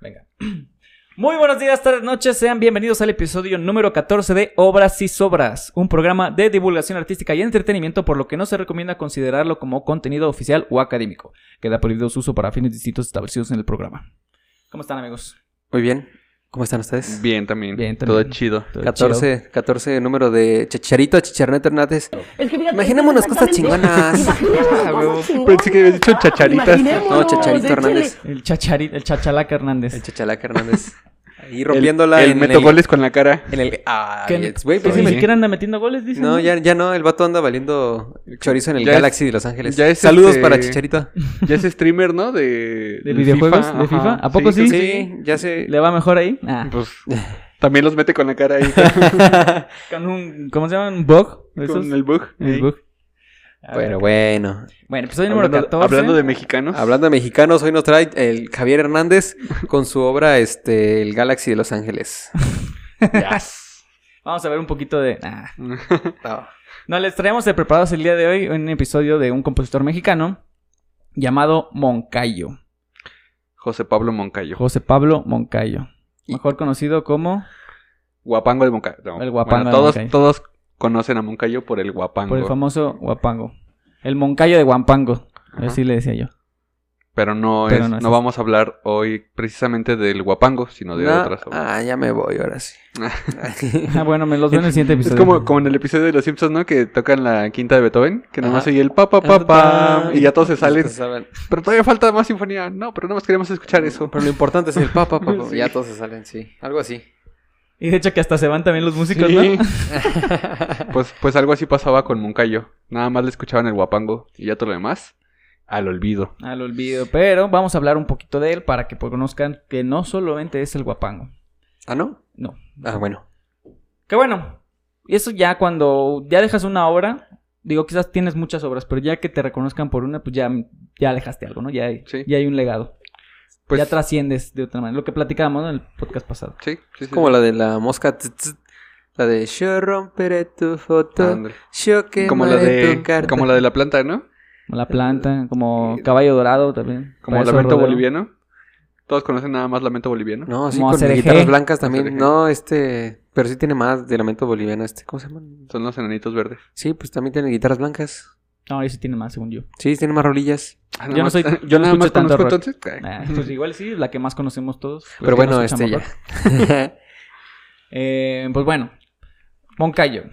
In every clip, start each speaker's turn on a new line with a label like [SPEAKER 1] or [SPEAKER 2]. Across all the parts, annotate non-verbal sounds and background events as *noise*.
[SPEAKER 1] Venga. Muy buenos días, tardes, noches. Sean bienvenidos al episodio número 14 de Obras y Sobras, un programa de divulgación artística y entretenimiento, por lo que no se recomienda considerarlo como contenido oficial o académico. Queda prohibido su uso para fines distintos establecidos en el programa. ¿Cómo están, amigos?
[SPEAKER 2] Muy bien. ¿Cómo están ustedes?
[SPEAKER 3] Bien también.
[SPEAKER 1] Bien,
[SPEAKER 3] Todo
[SPEAKER 1] también.
[SPEAKER 3] chido.
[SPEAKER 1] Todo
[SPEAKER 2] 14, 14 número de Chicharito, Chicharnet Hernández.
[SPEAKER 4] Es que fíjate,
[SPEAKER 2] Imaginémonos
[SPEAKER 4] es
[SPEAKER 2] cosas
[SPEAKER 4] exactamente-
[SPEAKER 2] chingonas.
[SPEAKER 4] Imaginémonos
[SPEAKER 3] Ah,
[SPEAKER 4] cosas
[SPEAKER 3] huevo.
[SPEAKER 4] chingonas.
[SPEAKER 3] Pensé que habías dicho chacharitas.
[SPEAKER 4] Imaginémonos,
[SPEAKER 2] No, Chicharito
[SPEAKER 4] échale.
[SPEAKER 2] Hernández.
[SPEAKER 1] chido. El chachari, el chachalaca Hernández.
[SPEAKER 2] El Chachalaca Hernández. Ahí rompiéndola
[SPEAKER 3] el, el
[SPEAKER 2] en
[SPEAKER 3] metogoles con la cara. *laughs*
[SPEAKER 2] el... En el... Ah,
[SPEAKER 1] Que-
[SPEAKER 2] güey, pues,
[SPEAKER 1] que ni
[SPEAKER 3] sí.
[SPEAKER 1] siquiera anda metiendo goles, dicen.
[SPEAKER 2] No, ya, ya no. El vato anda valiendo chorizo en el
[SPEAKER 3] Ya es-
[SPEAKER 2] Galaxy de Los Ángeles.
[SPEAKER 3] ya es
[SPEAKER 2] Saludos
[SPEAKER 3] este-
[SPEAKER 2] para
[SPEAKER 1] *laughs*
[SPEAKER 2] Chicharito.
[SPEAKER 3] Ya es streamer, ¿no? De,
[SPEAKER 1] ¿De videojuegos? ¿De FIFA? ¿A poco sí?
[SPEAKER 3] creo que
[SPEAKER 2] Sí, ya sé.
[SPEAKER 1] ¿Le va mejor ahí? Ah,
[SPEAKER 3] Pues también los mete con la
[SPEAKER 1] *laughs*
[SPEAKER 3] cara ahí.
[SPEAKER 1] con un, ¿cómo se llama? ¿Un bug? ¿De esos?
[SPEAKER 3] con el bug.
[SPEAKER 1] El
[SPEAKER 3] Ey.
[SPEAKER 1] bug. A ver,
[SPEAKER 2] Bueno, bueno.
[SPEAKER 1] Bueno, episodio número
[SPEAKER 3] Hablando,
[SPEAKER 1] 14.
[SPEAKER 3] hablando de mexicanos. *laughs*
[SPEAKER 2] Hablando de mexicanos, hoy nos trae el Javier Hernández con su obra este, El Galaxy de Los Ángeles.
[SPEAKER 3] Yes.
[SPEAKER 1] Vamos a ver un poquito de... ah.
[SPEAKER 2] Ah,
[SPEAKER 1] No, les traemos de preparados el día de hoy un episodio de un compositor mexicano llamado Moncayo.
[SPEAKER 3] José Pablo Moncayo.
[SPEAKER 1] José Pablo Moncayo. Mejor conocido como...
[SPEAKER 3] Guapango de Moncayo. No.
[SPEAKER 1] El guapango de
[SPEAKER 3] todos,
[SPEAKER 1] Moncayo.
[SPEAKER 3] todos conocen a Moncayo por el guapango.
[SPEAKER 1] Por el famoso Guapango. El Moncayo de Guampango.
[SPEAKER 3] Ajá.
[SPEAKER 1] Así le decía yo.
[SPEAKER 3] Pero no
[SPEAKER 1] Pero
[SPEAKER 3] es,
[SPEAKER 1] no
[SPEAKER 3] no,
[SPEAKER 1] es eso.
[SPEAKER 3] vamos a hablar hoy precisamente del guapango, sino de
[SPEAKER 2] no,
[SPEAKER 3] otras obras.
[SPEAKER 2] ah, ya me voy, ahora
[SPEAKER 3] *laughs*
[SPEAKER 2] sí. *laughs*
[SPEAKER 1] Ah, bueno, me los veo en el siguiente
[SPEAKER 3] Es
[SPEAKER 1] episodio.
[SPEAKER 3] como, como en el episodio de Los Simpsons, ¿no? Que tocan la quinta de Beethoven, que nada más
[SPEAKER 2] Ajá.
[SPEAKER 3] oye el pa pa pa pa y ya todos se salen.
[SPEAKER 2] Todos saben.
[SPEAKER 3] Pero todavía falta más sinfonía. No, pero nada más queremos escuchar eso.
[SPEAKER 2] Pero lo importante es el papá, papá.
[SPEAKER 1] *laughs*
[SPEAKER 3] Sí.
[SPEAKER 2] Ya todos se salen, sí. Algo así.
[SPEAKER 1] Y de hecho que hasta se van también los músicos,
[SPEAKER 3] Sí.
[SPEAKER 1] ¿no?
[SPEAKER 3] *laughs* pues, pues algo así pasaba con Moncayo. Nada más le escuchaban el guapango y ya todo lo demás al olvido.
[SPEAKER 1] *laughs* Al olvido. Pero vamos a hablar un poquito de él para que pues, conozcan que no solamente es el Guapango.
[SPEAKER 2] ¿Ah, no?
[SPEAKER 1] No.
[SPEAKER 2] Ah, bueno.
[SPEAKER 1] Que bueno, eso ya cuando ya dejas una obra, digo, quizás tienes muchas obras, pero ya que te reconozcan por una, pues ya, ya dejaste algo, ¿no? Ya hay,
[SPEAKER 3] Sí.
[SPEAKER 1] ya hay un legado.
[SPEAKER 3] Pues
[SPEAKER 1] ya trasciendes de otra manera. Lo que platicábamos ¿no? en el podcast pasado.
[SPEAKER 3] sí, sí, sí.
[SPEAKER 2] Como la de la mosca. tz, tz, La de yo romperé tu foto.
[SPEAKER 3] Ándale.
[SPEAKER 2] Yo quemaré
[SPEAKER 3] Como la
[SPEAKER 2] tu
[SPEAKER 3] de
[SPEAKER 2] carta.
[SPEAKER 3] como la de la planta, ¿no?
[SPEAKER 1] Como
[SPEAKER 2] Eh,
[SPEAKER 1] la planta, como caballo dorado también.
[SPEAKER 3] Como el
[SPEAKER 1] Payaso
[SPEAKER 3] lamento
[SPEAKER 1] rodeo.
[SPEAKER 3] boliviano. Todos conocen nada más lamento boliviano.
[SPEAKER 2] No, sí,
[SPEAKER 1] Como
[SPEAKER 2] con
[SPEAKER 1] ACDG.
[SPEAKER 2] guitarras blancas también.
[SPEAKER 3] ACDG.
[SPEAKER 2] No, este... Pero sí tiene más de lamento boliviano este. ¿Cómo se llama?
[SPEAKER 3] Son los enanitos verdes.
[SPEAKER 2] Sí, pues también tiene guitarras blancas.
[SPEAKER 1] No, ese tiene más,
[SPEAKER 2] *laughs*
[SPEAKER 1] según yo.
[SPEAKER 2] Sí, tiene más rolillas.
[SPEAKER 3] Ah,
[SPEAKER 1] Yo
[SPEAKER 3] nada
[SPEAKER 1] no
[SPEAKER 3] más-
[SPEAKER 1] soy-
[SPEAKER 3] *laughs* yo nada
[SPEAKER 1] escucho
[SPEAKER 3] más
[SPEAKER 1] tanto
[SPEAKER 3] conozco
[SPEAKER 1] rock.
[SPEAKER 3] entonces. eh,
[SPEAKER 1] Nah, pues igual sí, la que más conocemos todos. Los
[SPEAKER 2] Pero
[SPEAKER 1] Pues que no
[SPEAKER 2] bueno, este ya.
[SPEAKER 1] escuchamos rock. Eh, pues bueno, Moncayo.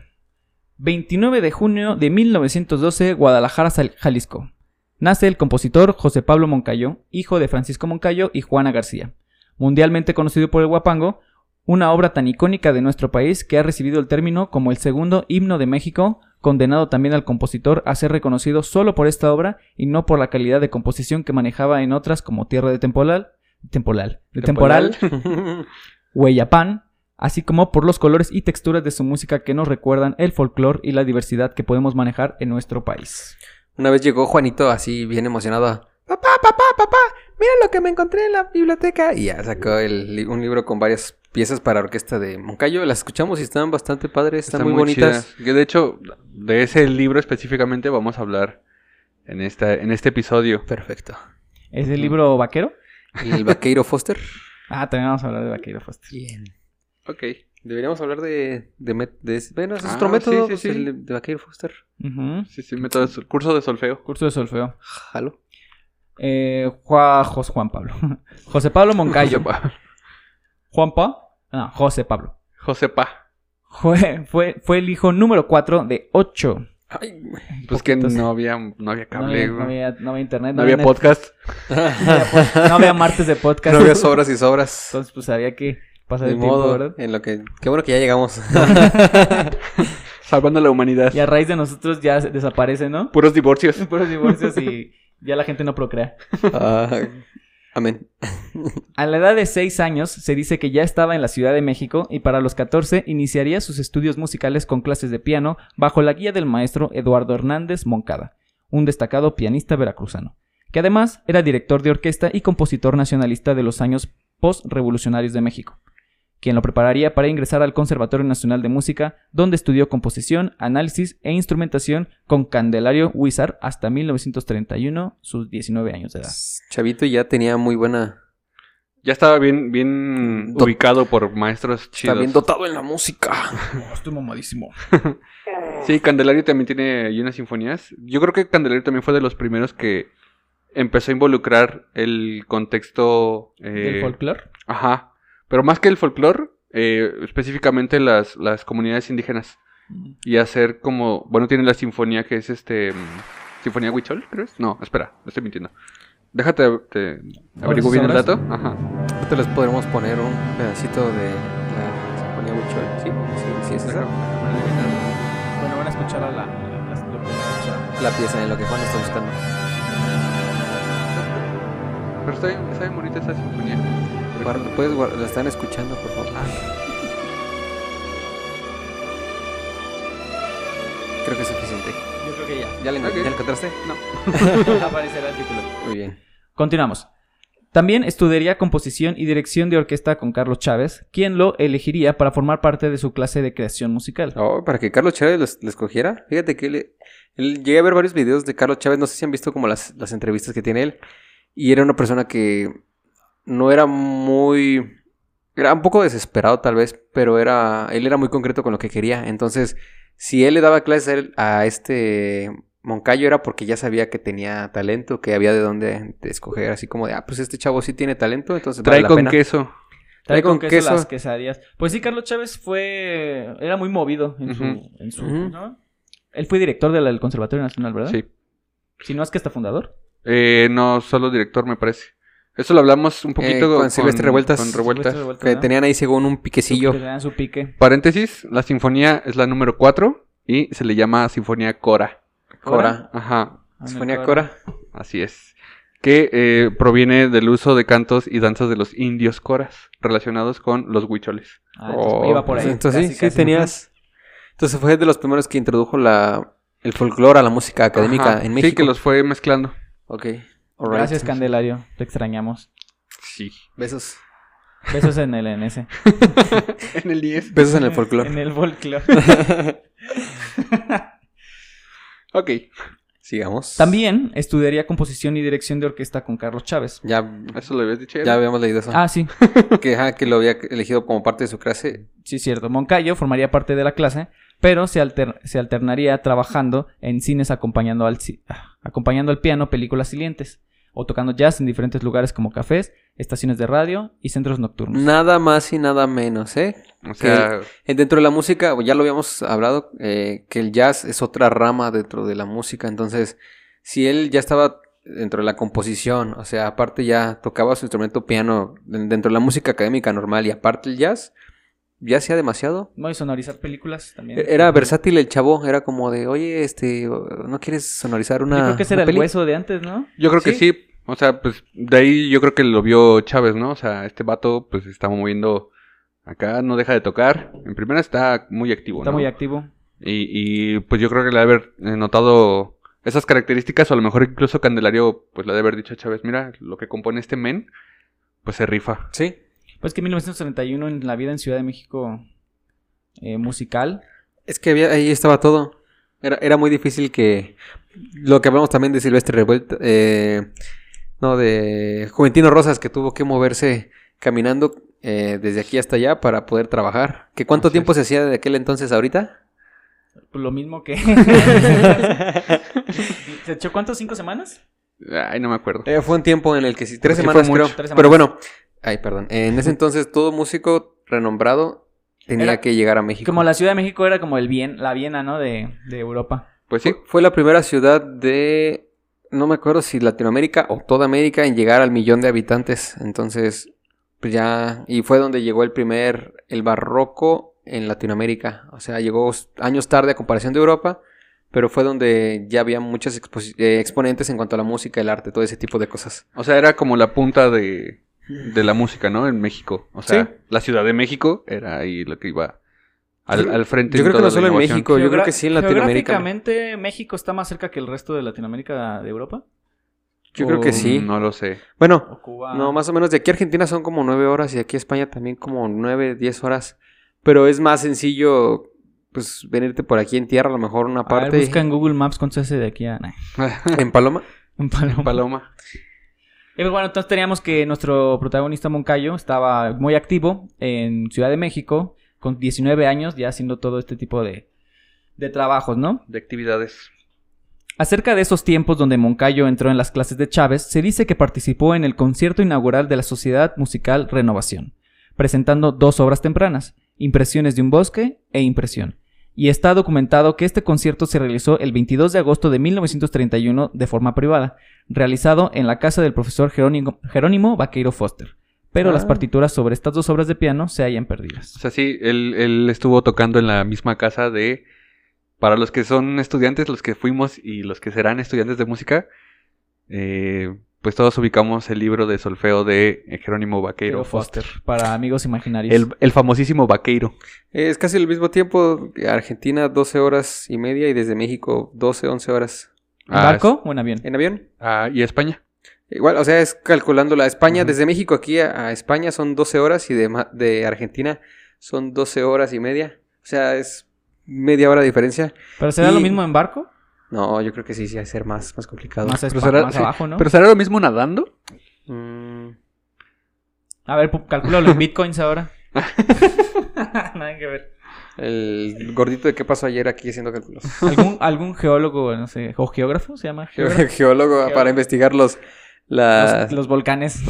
[SPEAKER 1] 29 de junio de 1912, Guadalajara, Sal- Jalisco. Nace el compositor José Pablo Moncayo, hijo de Francisco Moncayo y Juana García. Mundialmente conocido por el guapango, una obra tan icónica de nuestro país que ha recibido el término como el segundo himno de México, condenado también al compositor a ser reconocido solo por esta obra y no por la calidad de composición que manejaba en otras como Tierra de Temporal, Temporal, de Temporal,
[SPEAKER 2] *laughs*
[SPEAKER 1] Hueyapán, así como por los colores y texturas de su música que nos recuerdan el folclore y la diversidad que podemos manejar en nuestro país.
[SPEAKER 2] Una vez llegó Juanito así bien emocionado. Papá, papá, papá, mira lo que me encontré en la biblioteca. Y ya sacó el li- un libro con varias piezas para orquesta de Moncayo. Las escuchamos y están bastante padres, están, muy, bonitas.
[SPEAKER 3] chidas. Que de hecho, de ese libro específicamente vamos a hablar en esta, en este episodio.
[SPEAKER 2] Perfecto.
[SPEAKER 1] ¿Es el libro Vaquero?
[SPEAKER 2] ¿Y el *laughs* vaqueiro Foster?
[SPEAKER 1] Ah, también vamos a hablar de Vaquero Foster.
[SPEAKER 2] Bien.
[SPEAKER 3] Ok.
[SPEAKER 2] Deberíamos hablar de... de, met- de ese- bueno, ese es
[SPEAKER 3] Ah,
[SPEAKER 2] otro método,
[SPEAKER 3] sí, sí,
[SPEAKER 2] pues,
[SPEAKER 3] sí.
[SPEAKER 2] el de vaqueiro Foster.
[SPEAKER 1] Ujú.
[SPEAKER 3] Sí, sí, método de sol- curso de solfeo.
[SPEAKER 1] Curso de solfeo.
[SPEAKER 2] *laughs* Jalo.
[SPEAKER 1] Eh, Juan, Juan Pablo. *laughs* José Pablo Moncayo.
[SPEAKER 3] José Pa.
[SPEAKER 1] Juanpa. No, José Pablo.
[SPEAKER 3] *laughs* José Pa.
[SPEAKER 1] Fue, fue, fue el hijo número 4 de 8.
[SPEAKER 2] Ay, güey.
[SPEAKER 3] Pues que
[SPEAKER 1] Poquitos.
[SPEAKER 3] no había, no había
[SPEAKER 1] No
[SPEAKER 3] cable,
[SPEAKER 1] había,
[SPEAKER 3] güey.
[SPEAKER 1] no había- no había internet,
[SPEAKER 3] No había
[SPEAKER 1] net-
[SPEAKER 3] podcast.
[SPEAKER 2] pues, *laughs*
[SPEAKER 1] no había martes de
[SPEAKER 3] *laughs*
[SPEAKER 1] podcast.
[SPEAKER 2] No había sobras y sobras.
[SPEAKER 1] Entonces, pues había que pasar
[SPEAKER 2] De
[SPEAKER 1] el tiempo,
[SPEAKER 2] modo,
[SPEAKER 1] ¿verdad?
[SPEAKER 2] en lo que... Qué bueno que ya *laughs* llegamos.
[SPEAKER 3] Salvando a la humanidad.
[SPEAKER 1] Y a raíz de nosotros ya se- desaparece, ¿no?
[SPEAKER 3] Puros divorcios.
[SPEAKER 1] *laughs* Puros divorcios y ya la gente no procrea.
[SPEAKER 2] Ah, amén.
[SPEAKER 1] A la edad de 6 años se dice que ya estaba en la Ciudad de México y para los 14 iniciaría sus estudios musicales con clases de piano bajo la guía del maestro Eduardo Hernández Moncada, un destacado pianista veracruzano, que además era director de orquesta y compositor nacionalista de los años postrevolucionarios de México, quien lo prepararía para ingresar al Conservatorio Nacional de Música, donde estudió composición, análisis e instrumentación con Candelario Huizar hasta
[SPEAKER 2] *laughs*
[SPEAKER 1] 1931, sus 19 años de edad.
[SPEAKER 2] Pues, Chavito ya tenía muy buena
[SPEAKER 3] Ya estaba bien, bien
[SPEAKER 2] Do-
[SPEAKER 3] ubicado por maestros
[SPEAKER 2] Está
[SPEAKER 3] chidos.
[SPEAKER 2] bien dotado en la música.
[SPEAKER 1] estoy mamadísimo.
[SPEAKER 3] Sí, Candelario también tiene ahí unas sinfonías. Yo creo que Candelario también fue de los primeros que empezó a involucrar el contexto.
[SPEAKER 1] ¿Del
[SPEAKER 3] eh,
[SPEAKER 1] folclore?
[SPEAKER 3] Ajá. Pero más que el folclore, eh, específicamente las, las comunidades indígenas.
[SPEAKER 1] Mm.
[SPEAKER 3] Y hacer como. Bueno, tiene la sinfonía que es este. mm, Sinfonía Huichol, creo. es? No, espera, no estoy mintiendo. Déjate, te averiguo bien el
[SPEAKER 1] sabrás.
[SPEAKER 3] dato. Ajá.
[SPEAKER 2] Ahorita les podremos poner un pedacito de la Sinfonía Huichol. Sí, sí, sí, es esa.
[SPEAKER 1] Bueno, van a escuchar a la...
[SPEAKER 2] La pieza en lo que Juan está buscando.
[SPEAKER 3] Pero está bien, está bien bonita esa sinfonía.
[SPEAKER 2] Guarda- puedes guardar- la están escuchando, por favor. Creo que es suficiente.
[SPEAKER 1] Yo creo que ya.
[SPEAKER 2] ¿Ya la
[SPEAKER 3] Ok.
[SPEAKER 2] ¿ya la encontraste? *laughs*
[SPEAKER 1] Aparecerá el título.
[SPEAKER 2] Muy bien.
[SPEAKER 1] Continuamos. También estudiaría composición y dirección de orquesta con Carlos Chávez, quien lo elegiría para formar parte de su clase de creación musical.
[SPEAKER 2] Oh, para que Carlos Chávez los- les cogiera. Fíjate que él, él- llegué a ver varios videos de Carlos Chávez. No sé si han visto como las, las entrevistas que tiene él. Y era una persona que no era muy. Era un poco desesperado, tal vez, pero era. Él era muy concreto con lo que quería. Entonces, si él le daba clases a, él- a este Moncayo, era porque ya sabía que tenía talento, que había de dónde escoger. Así como de, ah, pues este chavo sí tiene talento, entonces vale
[SPEAKER 3] Trae
[SPEAKER 2] la
[SPEAKER 3] con
[SPEAKER 2] pena.
[SPEAKER 3] queso.
[SPEAKER 1] Trae
[SPEAKER 2] Trae
[SPEAKER 1] con
[SPEAKER 2] con
[SPEAKER 1] queso,
[SPEAKER 2] queso.
[SPEAKER 1] las quesadillas. Pues sí, Carlos Chávez fue... Era muy movido en su...
[SPEAKER 3] Ujú.
[SPEAKER 1] en su-
[SPEAKER 2] Ujú.
[SPEAKER 1] ¿no? Él fue director del del Conservatorio Nacional, ¿verdad?
[SPEAKER 3] Sí.
[SPEAKER 1] Si no es que hasta fundador.
[SPEAKER 3] Eh, no, solo director, me parece. Eso lo hablamos un poquito
[SPEAKER 2] Eh, con Silvestre Revueltas.
[SPEAKER 3] con Revueltas.
[SPEAKER 1] Silvestre Revueltas,
[SPEAKER 2] Que
[SPEAKER 1] ¿verdad?
[SPEAKER 2] tenían ahí según un piquecillo.
[SPEAKER 1] Que le dan su pique.
[SPEAKER 3] Paréntesis, la sinfonía es la número 4 y se le llama Sinfonía Cora.
[SPEAKER 2] Cora.
[SPEAKER 3] Ajá,
[SPEAKER 1] Ah,
[SPEAKER 2] Sinfonía
[SPEAKER 1] mejor.
[SPEAKER 2] Cora.
[SPEAKER 3] así es. Que eh, proviene del uso de cantos y danzas de los indios coras, relacionados con los huicholes.
[SPEAKER 1] Ah, entonces
[SPEAKER 2] Oh,
[SPEAKER 1] iba por ahí.
[SPEAKER 2] Entonces
[SPEAKER 1] casi,
[SPEAKER 2] sí,
[SPEAKER 1] casi.
[SPEAKER 2] sí tenías. Entonces fue de los primeros que introdujo la, el folclore a la música académica
[SPEAKER 3] Ajá,
[SPEAKER 2] en México.
[SPEAKER 3] Sí, que los fue mezclando.
[SPEAKER 2] Ok. all right.
[SPEAKER 1] Gracias, Candelario. Te extrañamos.
[SPEAKER 3] Sí.
[SPEAKER 2] Besos.
[SPEAKER 1] Besos en el NS.
[SPEAKER 3] en el 10.
[SPEAKER 2] Besos en el folclore.
[SPEAKER 1] En el folclore.
[SPEAKER 3] Ok.
[SPEAKER 2] Sigamos.
[SPEAKER 1] También estudiaría composición y dirección de orquesta con Carlos Chávez.
[SPEAKER 2] Ya,
[SPEAKER 3] Eso lo habías dicho.
[SPEAKER 2] ya
[SPEAKER 3] Ya.
[SPEAKER 2] habíamos leído eso.
[SPEAKER 1] Ah, sí,
[SPEAKER 2] Que, ajá, que lo había elegido como parte de su clase.
[SPEAKER 1] sí, cierto. Moncayo formaría parte de la clase, pero se, alter- se alternaría trabajando en cines acompañando al, ci- ah, acompañando al piano películas siguientes o tocando jazz en diferentes lugares como cafés, estaciones de radio y centros nocturnos.
[SPEAKER 2] Nada más y nada menos, ¿eh?
[SPEAKER 3] O sea,
[SPEAKER 2] Eh, Dentro de la música, ya lo habíamos hablado, eh, que el jazz es otra rama dentro de la música. Entonces, si él ya estaba dentro de la composición, o sea, aparte ya tocaba su instrumento piano den- dentro de la música académica normal y aparte el jazz, ya hacía demasiado.
[SPEAKER 1] No, y sonorizar películas también.
[SPEAKER 2] E- Era versátil el chavo, era como de, oye, este, ¿no quieres sonorizar una.
[SPEAKER 1] Yo creo que ese
[SPEAKER 2] una
[SPEAKER 1] era el
[SPEAKER 2] peli?"
[SPEAKER 1] hueso de antes, ¿no?
[SPEAKER 3] yo creo que
[SPEAKER 2] sí.
[SPEAKER 3] sí. O sea, pues de ahí yo creo que lo vio Chávez, ¿no? O sea, este vato pues está moviendo acá, no deja de tocar. En primera está muy activo,
[SPEAKER 1] Está
[SPEAKER 3] ¿no?
[SPEAKER 1] muy activo.
[SPEAKER 3] Y, y, pues yo creo que le ha de haber eh, notado esas características, o a lo mejor incluso Candelario, pues le ha de haber dicho a Chávez, mira, lo que compone este men, pues se rifa.
[SPEAKER 2] Sí.
[SPEAKER 1] Pues que 1931 en la vida en Ciudad de México eh, musical.
[SPEAKER 2] Es que había- ahí estaba todo. Era, era muy difícil que. Lo que hablamos también de Silvestre Revuelta. eh, no, de Juventino Rosas, que tuvo que moverse caminando eh, desde aquí hasta allá para poder trabajar. ¿Que ¿Cuánto
[SPEAKER 3] Así
[SPEAKER 2] tiempo
[SPEAKER 3] es.
[SPEAKER 2] se hacía de aquel entonces a ahorita?
[SPEAKER 1] Pues Lo mismo que. *laughs* ¿Se echó cuánto? ¿Cinco semanas?
[SPEAKER 3] Ay, no me acuerdo.
[SPEAKER 2] Eh, fue un tiempo en el que sí. Tres
[SPEAKER 3] Sí, fue
[SPEAKER 2] semanas,
[SPEAKER 3] mucho.
[SPEAKER 2] creo.
[SPEAKER 1] Tres
[SPEAKER 2] Pero
[SPEAKER 1] semanas.
[SPEAKER 2] bueno. Ay, perdón. En *laughs* ese entonces todo músico renombrado tenía
[SPEAKER 1] Era-
[SPEAKER 2] que llegar a México.
[SPEAKER 1] Como la Ciudad de México era como el bien, la Viena, ¿no? De, de Europa.
[SPEAKER 3] Pues sí,
[SPEAKER 2] Fue- Fue la primera ciudad de. No me acuerdo si Latinoamérica o toda América en llegar al millón de habitantes. Entonces, pues ya. Y fue donde llegó el primer. El barroco en Latinoamérica. O sea, llegó s- años tarde a comparación de Europa. Pero fue donde ya había muchos exposi- eh, exponentes en cuanto a la música, el arte, todo ese tipo de cosas.
[SPEAKER 3] o sea, era como la punta de, de la música, ¿no? En México. O sea,
[SPEAKER 2] Sí.
[SPEAKER 3] la Ciudad de México era ahí lo que iba al,
[SPEAKER 2] Yo-
[SPEAKER 3] al frente.
[SPEAKER 2] yo
[SPEAKER 3] en
[SPEAKER 2] creo que
[SPEAKER 3] toda
[SPEAKER 2] no
[SPEAKER 3] la
[SPEAKER 2] solo en
[SPEAKER 3] innovación.
[SPEAKER 2] México. yo creo que sí en Latinoamérica.
[SPEAKER 1] Geográficamente, México está más cerca que el resto de Latinoamérica de Europa.
[SPEAKER 2] Yo creo
[SPEAKER 1] O-
[SPEAKER 2] que sí.
[SPEAKER 3] Oh, No lo sé.
[SPEAKER 2] Bueno,
[SPEAKER 1] O Cuba.
[SPEAKER 2] No, más o menos de aquí a Argentina son como nueve horas y de aquí a España también como nueve, diez horas. Pero es más sencillo, pues, venirte por aquí en tierra, a lo mejor una
[SPEAKER 1] A ver,
[SPEAKER 2] parte *laughs*
[SPEAKER 1] busca en Google Maps cuánto se hace de aquí a. nah,
[SPEAKER 2] en Paloma.
[SPEAKER 1] en Paloma.
[SPEAKER 3] Paloma.
[SPEAKER 1] Y pues bueno, entonces teníamos que nuestro protagonista Moncayo estaba muy activo en Ciudad de México, con 19 años, ya haciendo todo este tipo de, de trabajos, ¿no?
[SPEAKER 3] de actividades.
[SPEAKER 1] Acerca de esos tiempos donde Moncayo entró en las clases de Chávez, se dice que participó en el concierto inaugural de la Sociedad Musical Renovación, presentando dos obras tempranas, Impresiones de un bosque e Impresión. Y está documentado que este concierto se realizó el 22 de agosto de 1931 de forma privada, realizado en la casa del profesor Jerónimo, Jerónimo Vaqueiro Foster. Pero las
[SPEAKER 3] Ah.
[SPEAKER 1] partituras sobre estas dos obras de piano se hallan
[SPEAKER 3] O
[SPEAKER 1] perdidas.
[SPEAKER 3] sea, sí, él, él estuvo tocando en la misma casa de... Para los que son estudiantes, los que fuimos y los que serán estudiantes de música, eh, pues todos ubicamos el libro de solfeo de eh, Jerónimo Vaqueiro
[SPEAKER 1] Vaqueiro
[SPEAKER 3] Foster.
[SPEAKER 1] Para amigos imaginarios.
[SPEAKER 3] El, el famosísimo Vaqueiro.
[SPEAKER 2] Es casi el mismo tiempo. Argentina 12 horas y media y desde México 12, 11 horas
[SPEAKER 1] ¿En barco o en avión?
[SPEAKER 2] en avión.
[SPEAKER 3] Ah, y España.
[SPEAKER 2] Igual, o sea, es calculando la España,
[SPEAKER 3] Ujú.
[SPEAKER 2] desde México aquí a, a España son 12 horas y de, ma- de Argentina son 12 horas y media. O sea, es media hora de diferencia.
[SPEAKER 1] ¿Pero será
[SPEAKER 2] Y-
[SPEAKER 1] lo mismo en barco?
[SPEAKER 2] No, yo creo que sí, sí, va a ser más, más complicado.
[SPEAKER 1] Más, espa-
[SPEAKER 3] Pero será-
[SPEAKER 1] más
[SPEAKER 3] sí,
[SPEAKER 1] abajo, ¿no?
[SPEAKER 3] ¿Pero será lo mismo nadando?
[SPEAKER 2] Mm,
[SPEAKER 1] A ver, pu- calcúlalo en bitcoins ahora. *laughs* Nada que ver.
[SPEAKER 2] el gordito de qué pasó ayer aquí haciendo cálculos.
[SPEAKER 1] ¿Algún, algún geólogo, no sé, o geógrafo se llama? ¿Geógrafo?
[SPEAKER 2] *laughs* *laughs* Geólogo ah, para investigar los... las-
[SPEAKER 1] Los,
[SPEAKER 2] Ah.
[SPEAKER 1] los volcanes.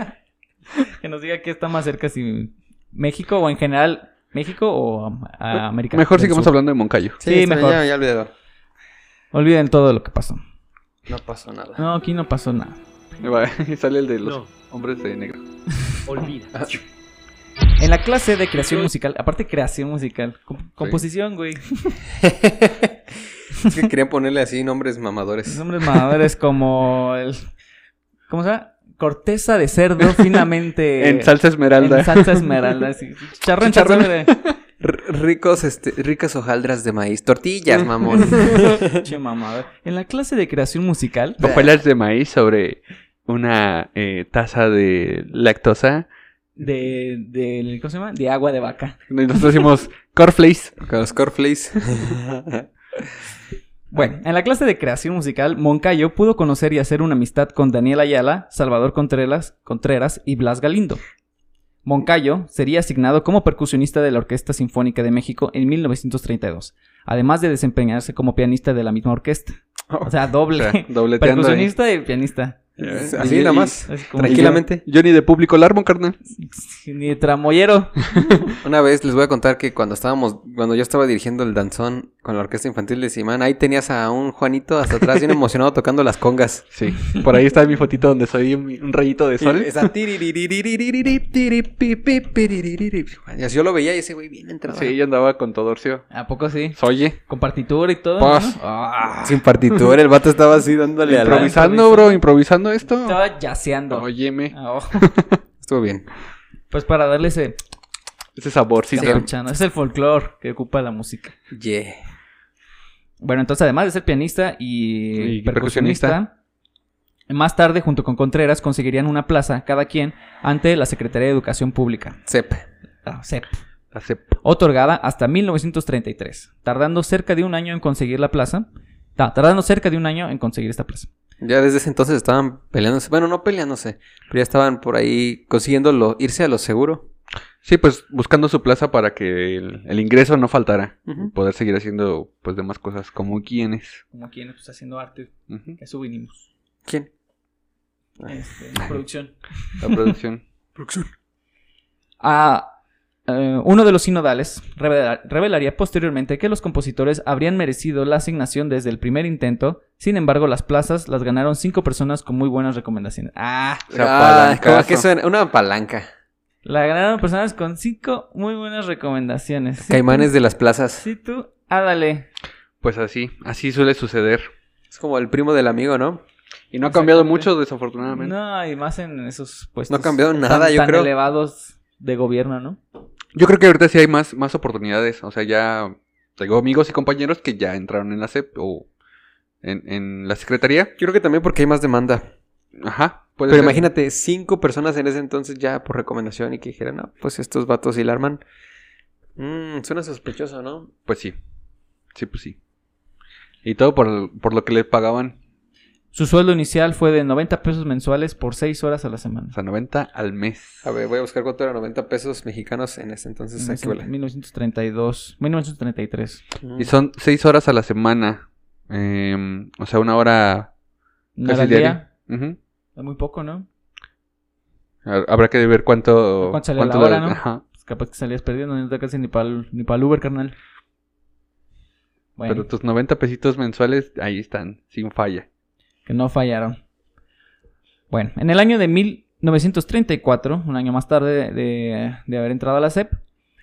[SPEAKER 1] *laughs* que nos diga qué está más cerca, si México o en general México o um, a- América.
[SPEAKER 3] Mejor
[SPEAKER 1] del
[SPEAKER 3] sigamos
[SPEAKER 1] Sur.
[SPEAKER 3] hablando de Moncayo. *laughs*
[SPEAKER 1] sí,
[SPEAKER 2] está bien,
[SPEAKER 1] mejor.
[SPEAKER 2] Ya, ya olvidado.
[SPEAKER 1] Olviden todo lo que pasó.
[SPEAKER 2] No pasó nada.
[SPEAKER 1] No, aquí no pasó nada.
[SPEAKER 3] Y sale el de los
[SPEAKER 4] No,
[SPEAKER 3] hombres de negro.
[SPEAKER 4] olvida.
[SPEAKER 1] En la clase de creación musical, aparte creación musical, com- composición, güey.
[SPEAKER 2] *laughs* es que querían ponerle así nombres mamadores.
[SPEAKER 1] Nombres mamadores como el. ¿Cómo se llama? Corteza de cerdo finamente.
[SPEAKER 3] *laughs* Eh, en salsa esmeralda.
[SPEAKER 1] En salsa esmeralda,
[SPEAKER 3] *laughs*
[SPEAKER 1] sí. Chicharrón,
[SPEAKER 2] Chicharrón.
[SPEAKER 1] chicharrón.
[SPEAKER 2] R- ricos, este, ricas hojaldras de maíz. Tortillas, mamón. *laughs*
[SPEAKER 1] Che mamada. En la clase de creación musical,
[SPEAKER 3] Con pelas de maíz sobre una eh, taza de *laughs* lactosa.
[SPEAKER 1] de, de, ¿cómo se llama? De agua de vaca.
[SPEAKER 3] Y Nosotros decimos cornflakes.
[SPEAKER 2] Con los *laughs* corflays.
[SPEAKER 1] Bueno, en la clase de creación musical, Moncayo pudo conocer y hacer una amistad con Daniel Ayala, Salvador Contreras, Contreras y Blas Galindo. Moncayo sería asignado como percusionista de la Orquesta Sinfónica de México en 1932, además de desempeñarse como pianista de la misma orquesta. O sea,
[SPEAKER 3] *laughs* O sea,
[SPEAKER 1] doble.
[SPEAKER 3] dobleteando ahí.
[SPEAKER 1] *laughs* Percusionista y pianista.
[SPEAKER 3] Ya ves.
[SPEAKER 2] así
[SPEAKER 3] Y-
[SPEAKER 2] nada
[SPEAKER 3] y-
[SPEAKER 2] más.
[SPEAKER 1] Es como-
[SPEAKER 2] Tranquilamente.
[SPEAKER 3] Yo ni de público largo, carnal.
[SPEAKER 1] Ni tramoyero.
[SPEAKER 2] Una vez les voy a contar que cuando estábamos, cuando yo estaba dirigiendo el danzón con la orquesta infantil de Simán, ahí tenías a un Juanito hasta atrás bien emocionado tocando las congas.
[SPEAKER 3] Sí. Por ahí está mi fotito donde soy un, un rayito de sol.
[SPEAKER 2] Esa tiriririririririp, tiripipipiriririp. Y así yo lo veía y ese güey bien entrado.
[SPEAKER 3] Sí, yo andaba con todo Orcio.
[SPEAKER 1] ¿A poco sí?
[SPEAKER 3] Oye.
[SPEAKER 1] Con partitura y todo.
[SPEAKER 3] Pues.
[SPEAKER 1] ¿no? Ah,
[SPEAKER 2] Sin partitura, el vato estaba así dándole a la...
[SPEAKER 3] Improvisando, bro, improvisando esto.
[SPEAKER 1] Estaba yaceando.
[SPEAKER 3] Óyeme.
[SPEAKER 1] Ah, oh.
[SPEAKER 2] Estuvo bien.
[SPEAKER 1] Pues para darle ese
[SPEAKER 3] Ese saborcito.
[SPEAKER 1] capuchano. Es el folclore que ocupa la música.
[SPEAKER 2] Yeah.
[SPEAKER 1] Bueno, entonces además de ser pianista y,
[SPEAKER 3] Y
[SPEAKER 1] percusionista, más tarde junto con Contreras conseguirían una plaza cada quien ante la Secretaría de Educación Pública,
[SPEAKER 2] Sep.
[SPEAKER 1] la SEP,
[SPEAKER 3] Hace-
[SPEAKER 1] otorgada hasta 1933, tardando cerca de un año en conseguir la plaza. ta- tardando cerca de un año en conseguir esta plaza.
[SPEAKER 2] Ya desde ese entonces estaban peleándose. Bueno, no peleándose, pero ya estaban por ahí consiguiendo lo- irse a lo seguro.
[SPEAKER 3] Sí, pues buscando su plaza para que el, el ingreso no faltara.
[SPEAKER 2] Ujú.
[SPEAKER 3] Poder seguir haciendo, pues, demás cosas como quienes.
[SPEAKER 1] Como quien está haciendo arte,
[SPEAKER 3] Ujú.
[SPEAKER 1] eso vinimos.
[SPEAKER 2] ¿Quién?
[SPEAKER 1] Ah. este, producción.
[SPEAKER 3] La producción.
[SPEAKER 1] a eh, uno de los sinodales revela- revelaría posteriormente que los compositores habrían merecido la asignación desde el primer intento, sin embargo las plazas las ganaron cinco personas con muy buenas recomendaciones. Ah,
[SPEAKER 3] O sea,
[SPEAKER 2] *laughs* Ah,
[SPEAKER 3] palancazo.
[SPEAKER 2] como que suena- una palanca.
[SPEAKER 1] la ganaron personas con cinco muy buenas recomendaciones. Sí,
[SPEAKER 2] Caimanes de las plazas.
[SPEAKER 1] *laughs* Sí, tú, ándale.
[SPEAKER 3] Pues así, así suele suceder.
[SPEAKER 2] Es como el primo del amigo, ¿no?
[SPEAKER 3] Y no ha cambiado
[SPEAKER 1] Exactamente.
[SPEAKER 3] mucho, desafortunadamente.
[SPEAKER 1] No, y más en esos puestos.
[SPEAKER 2] Ah, No ha cambiado
[SPEAKER 1] tan-
[SPEAKER 2] nada, yo
[SPEAKER 1] tan
[SPEAKER 2] creo.
[SPEAKER 1] elevados de gobierno, ¿no?
[SPEAKER 3] Yo creo que ahorita sí hay más, más oportunidades. O sea, ya tengo amigos y compañeros que ya entraron en la SEP o en, en la secretaría.
[SPEAKER 2] Yo creo que también porque hay más demanda.
[SPEAKER 3] Ajá. puede
[SPEAKER 2] Pero
[SPEAKER 3] ser.
[SPEAKER 2] imagínate, cinco personas en ese entonces ya por recomendación y que dijeran, no, pues estos vatos sí la arman. Mm, suena sospechoso, ¿no?
[SPEAKER 3] Pues sí. Sí, pues sí. Y todo por, por lo que le pagaban.
[SPEAKER 1] Su sueldo inicial fue de 90 pesos mensuales por 6 horas a la semana.
[SPEAKER 3] O sea, 90 al mes.
[SPEAKER 2] A ver, voy a buscar cuánto era 90 pesos mexicanos en ese entonces. aquí, vale.
[SPEAKER 1] En 1932, 1933.
[SPEAKER 3] Y son 6 horas a la semana. Em, o sea, una hora
[SPEAKER 1] Una
[SPEAKER 3] casi
[SPEAKER 1] al
[SPEAKER 3] diaria.
[SPEAKER 1] día,
[SPEAKER 3] Ujú.
[SPEAKER 1] es muy poco, ¿no?
[SPEAKER 3] Ha- Habrá que ver cuánto...
[SPEAKER 1] ¿Cuánto sale la
[SPEAKER 3] da-
[SPEAKER 1] hora, no?
[SPEAKER 3] Ajá.
[SPEAKER 1] Pues capaz que salías perdiendo, no te casi ni para ni para el Uber, carnal. Bueno,
[SPEAKER 3] Pero tus 90 pesitos mensuales, ahí están, sin falla.
[SPEAKER 1] que no fallaron. Bueno, en el año de 1934, un año más tarde de, de haber entrado a la SEP,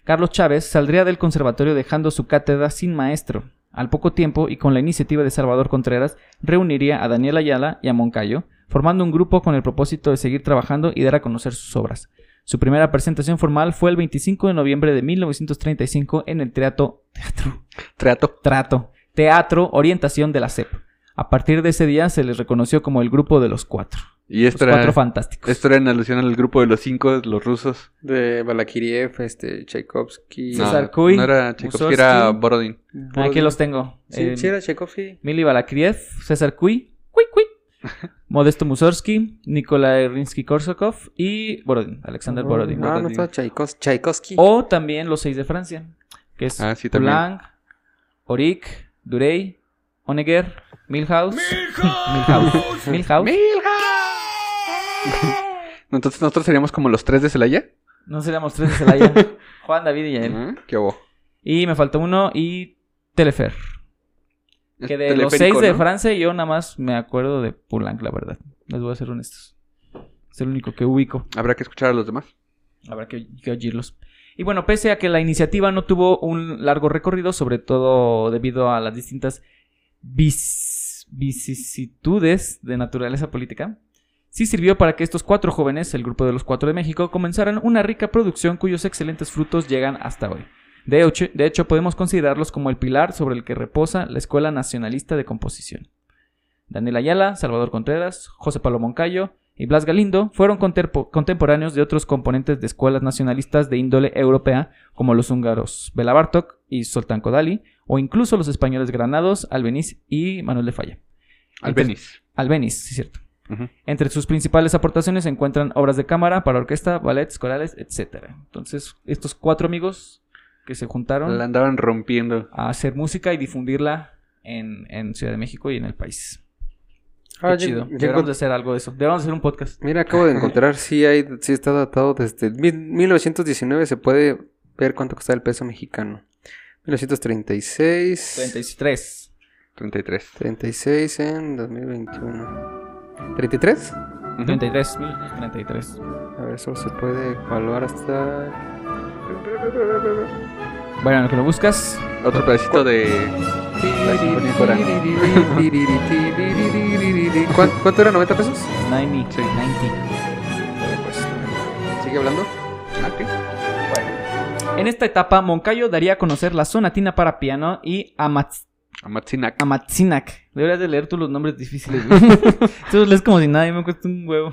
[SPEAKER 1] Carlos Chávez saldría del conservatorio dejando su cátedra sin maestro. Al poco tiempo, y con la iniciativa de Salvador Contreras, reuniría a Daniel Ayala y a Moncayo, formando un grupo con el propósito de seguir trabajando y dar a conocer sus obras. Su primera presentación formal fue el 25 de noviembre de 1935 en el Teatro, teatro
[SPEAKER 3] Trato.
[SPEAKER 1] Trato, Teatro Orientación de la SEP. A partir de ese día se les reconoció como el grupo de los cuatro.
[SPEAKER 3] Y
[SPEAKER 1] Los
[SPEAKER 3] esto era,
[SPEAKER 1] Pues cuatro fantásticos.
[SPEAKER 3] esto era en alusión al grupo de los cinco, los rusos.
[SPEAKER 2] De Balakiriev, este, Tchaikovsky.
[SPEAKER 1] César
[SPEAKER 3] no,
[SPEAKER 1] Cuy,
[SPEAKER 3] no era Tchaikovsky, era
[SPEAKER 1] Mussorgsky.
[SPEAKER 3] Borodin.
[SPEAKER 2] Borodin.
[SPEAKER 1] Aquí los tengo.
[SPEAKER 2] Sí,
[SPEAKER 1] Eh,
[SPEAKER 2] sí era Tchaikovsky.
[SPEAKER 1] Mili Balakriev, César Cui, Cui,
[SPEAKER 3] *laughs*
[SPEAKER 1] Cui, Modesto Mussorgsky, Nikolai Rinsky-Korsakov y Borodin, Alexander Oh, Borodin.
[SPEAKER 2] No, Ah, no
[SPEAKER 3] Borodin.
[SPEAKER 2] estaba Tchaikos- Tchaikovsky.
[SPEAKER 1] O también los seis de Francia, que es
[SPEAKER 3] Ah, sí, también.
[SPEAKER 1] Poulenc, Oric, Durey, Honegger, Milhouse, *laughs* Milhouse, Milhouse,
[SPEAKER 3] *laughs* Entonces nosotros seríamos como los tres de Celaya.
[SPEAKER 1] no seríamos tres de
[SPEAKER 3] *laughs*
[SPEAKER 1] Celaya, Juan, David y él.
[SPEAKER 3] Ajá, Qué hubo.
[SPEAKER 1] Y me faltó uno y Telefer.
[SPEAKER 3] Es
[SPEAKER 1] Que de los seis
[SPEAKER 3] teleférico,
[SPEAKER 1] de
[SPEAKER 3] ¿no?
[SPEAKER 1] Francia, yo nada más me acuerdo de Poulenc, la verdad. Les voy a ser honestos. Es el único que ubico.
[SPEAKER 3] Habrá que escuchar a los demás.
[SPEAKER 1] Habrá que, que oírlos. Y bueno, pese a que la iniciativa no tuvo un largo recorrido, sobre todo debido a las distintas vis- vicisitudes de naturaleza política, sí sirvió para que estos cuatro jóvenes, el grupo de los cuatro de México, comenzaran una rica producción cuyos excelentes frutos llegan hasta hoy. De hecho, de hecho, podemos considerarlos como el pilar sobre el que reposa la Escuela Nacionalista de Composición. Daniel Ayala, Salvador Contreras, José Pablo Moncayo y Blas Galindo fueron conterpo- contemporáneos de otros componentes de escuelas nacionalistas de índole europea, como los húngaros Bela Bartok y Soltán Kodali, o incluso los españoles Granados, Albeniz y Manuel de Falla.
[SPEAKER 3] Albeniz.
[SPEAKER 1] Albeniz, sí, cierto.
[SPEAKER 3] Ujú.
[SPEAKER 1] Entre sus principales aportaciones se encuentran obras de cámara para orquesta, ballets, corales, etc. Entonces, estos cuatro amigos que se juntaron
[SPEAKER 3] La andaban rompiendo.
[SPEAKER 1] a hacer música y difundirla en, en Ciudad de México y en el país. Qué
[SPEAKER 2] Ah, ya-
[SPEAKER 1] chido.
[SPEAKER 2] ya
[SPEAKER 1] Deberíamos
[SPEAKER 2] encont-
[SPEAKER 1] de hacer algo de eso. Deberíamos de hacer un podcast.
[SPEAKER 2] Mira, acabo de encontrar, sí, hay, sí está datado desde mil- 1919, se puede ver cuánto costaba el peso mexicano. 1936.
[SPEAKER 1] 33.
[SPEAKER 3] 33.
[SPEAKER 2] 36 en 2021. ¿33?
[SPEAKER 3] Ujú.
[SPEAKER 1] 33. 1933.
[SPEAKER 2] A ver, solo se puede evaluar hasta...
[SPEAKER 1] Bueno, en lo que lo buscas.
[SPEAKER 3] Otro pedacito de... La sinfonía coral.
[SPEAKER 2] ¿Cuán- ¿Cuánto, era? ¿90 pesos?
[SPEAKER 1] 90.
[SPEAKER 3] Sí.
[SPEAKER 1] 90.
[SPEAKER 3] pues,
[SPEAKER 2] ¿Sigue hablando?
[SPEAKER 1] En esta etapa, Moncayo daría a conocer la sonatina para piano y Amatz-
[SPEAKER 3] Amatzinak.
[SPEAKER 1] Amatzinak. Deberías de leer tú los nombres difíciles. güey. *laughs* Tú los lees como si nadie me cuesta un huevo.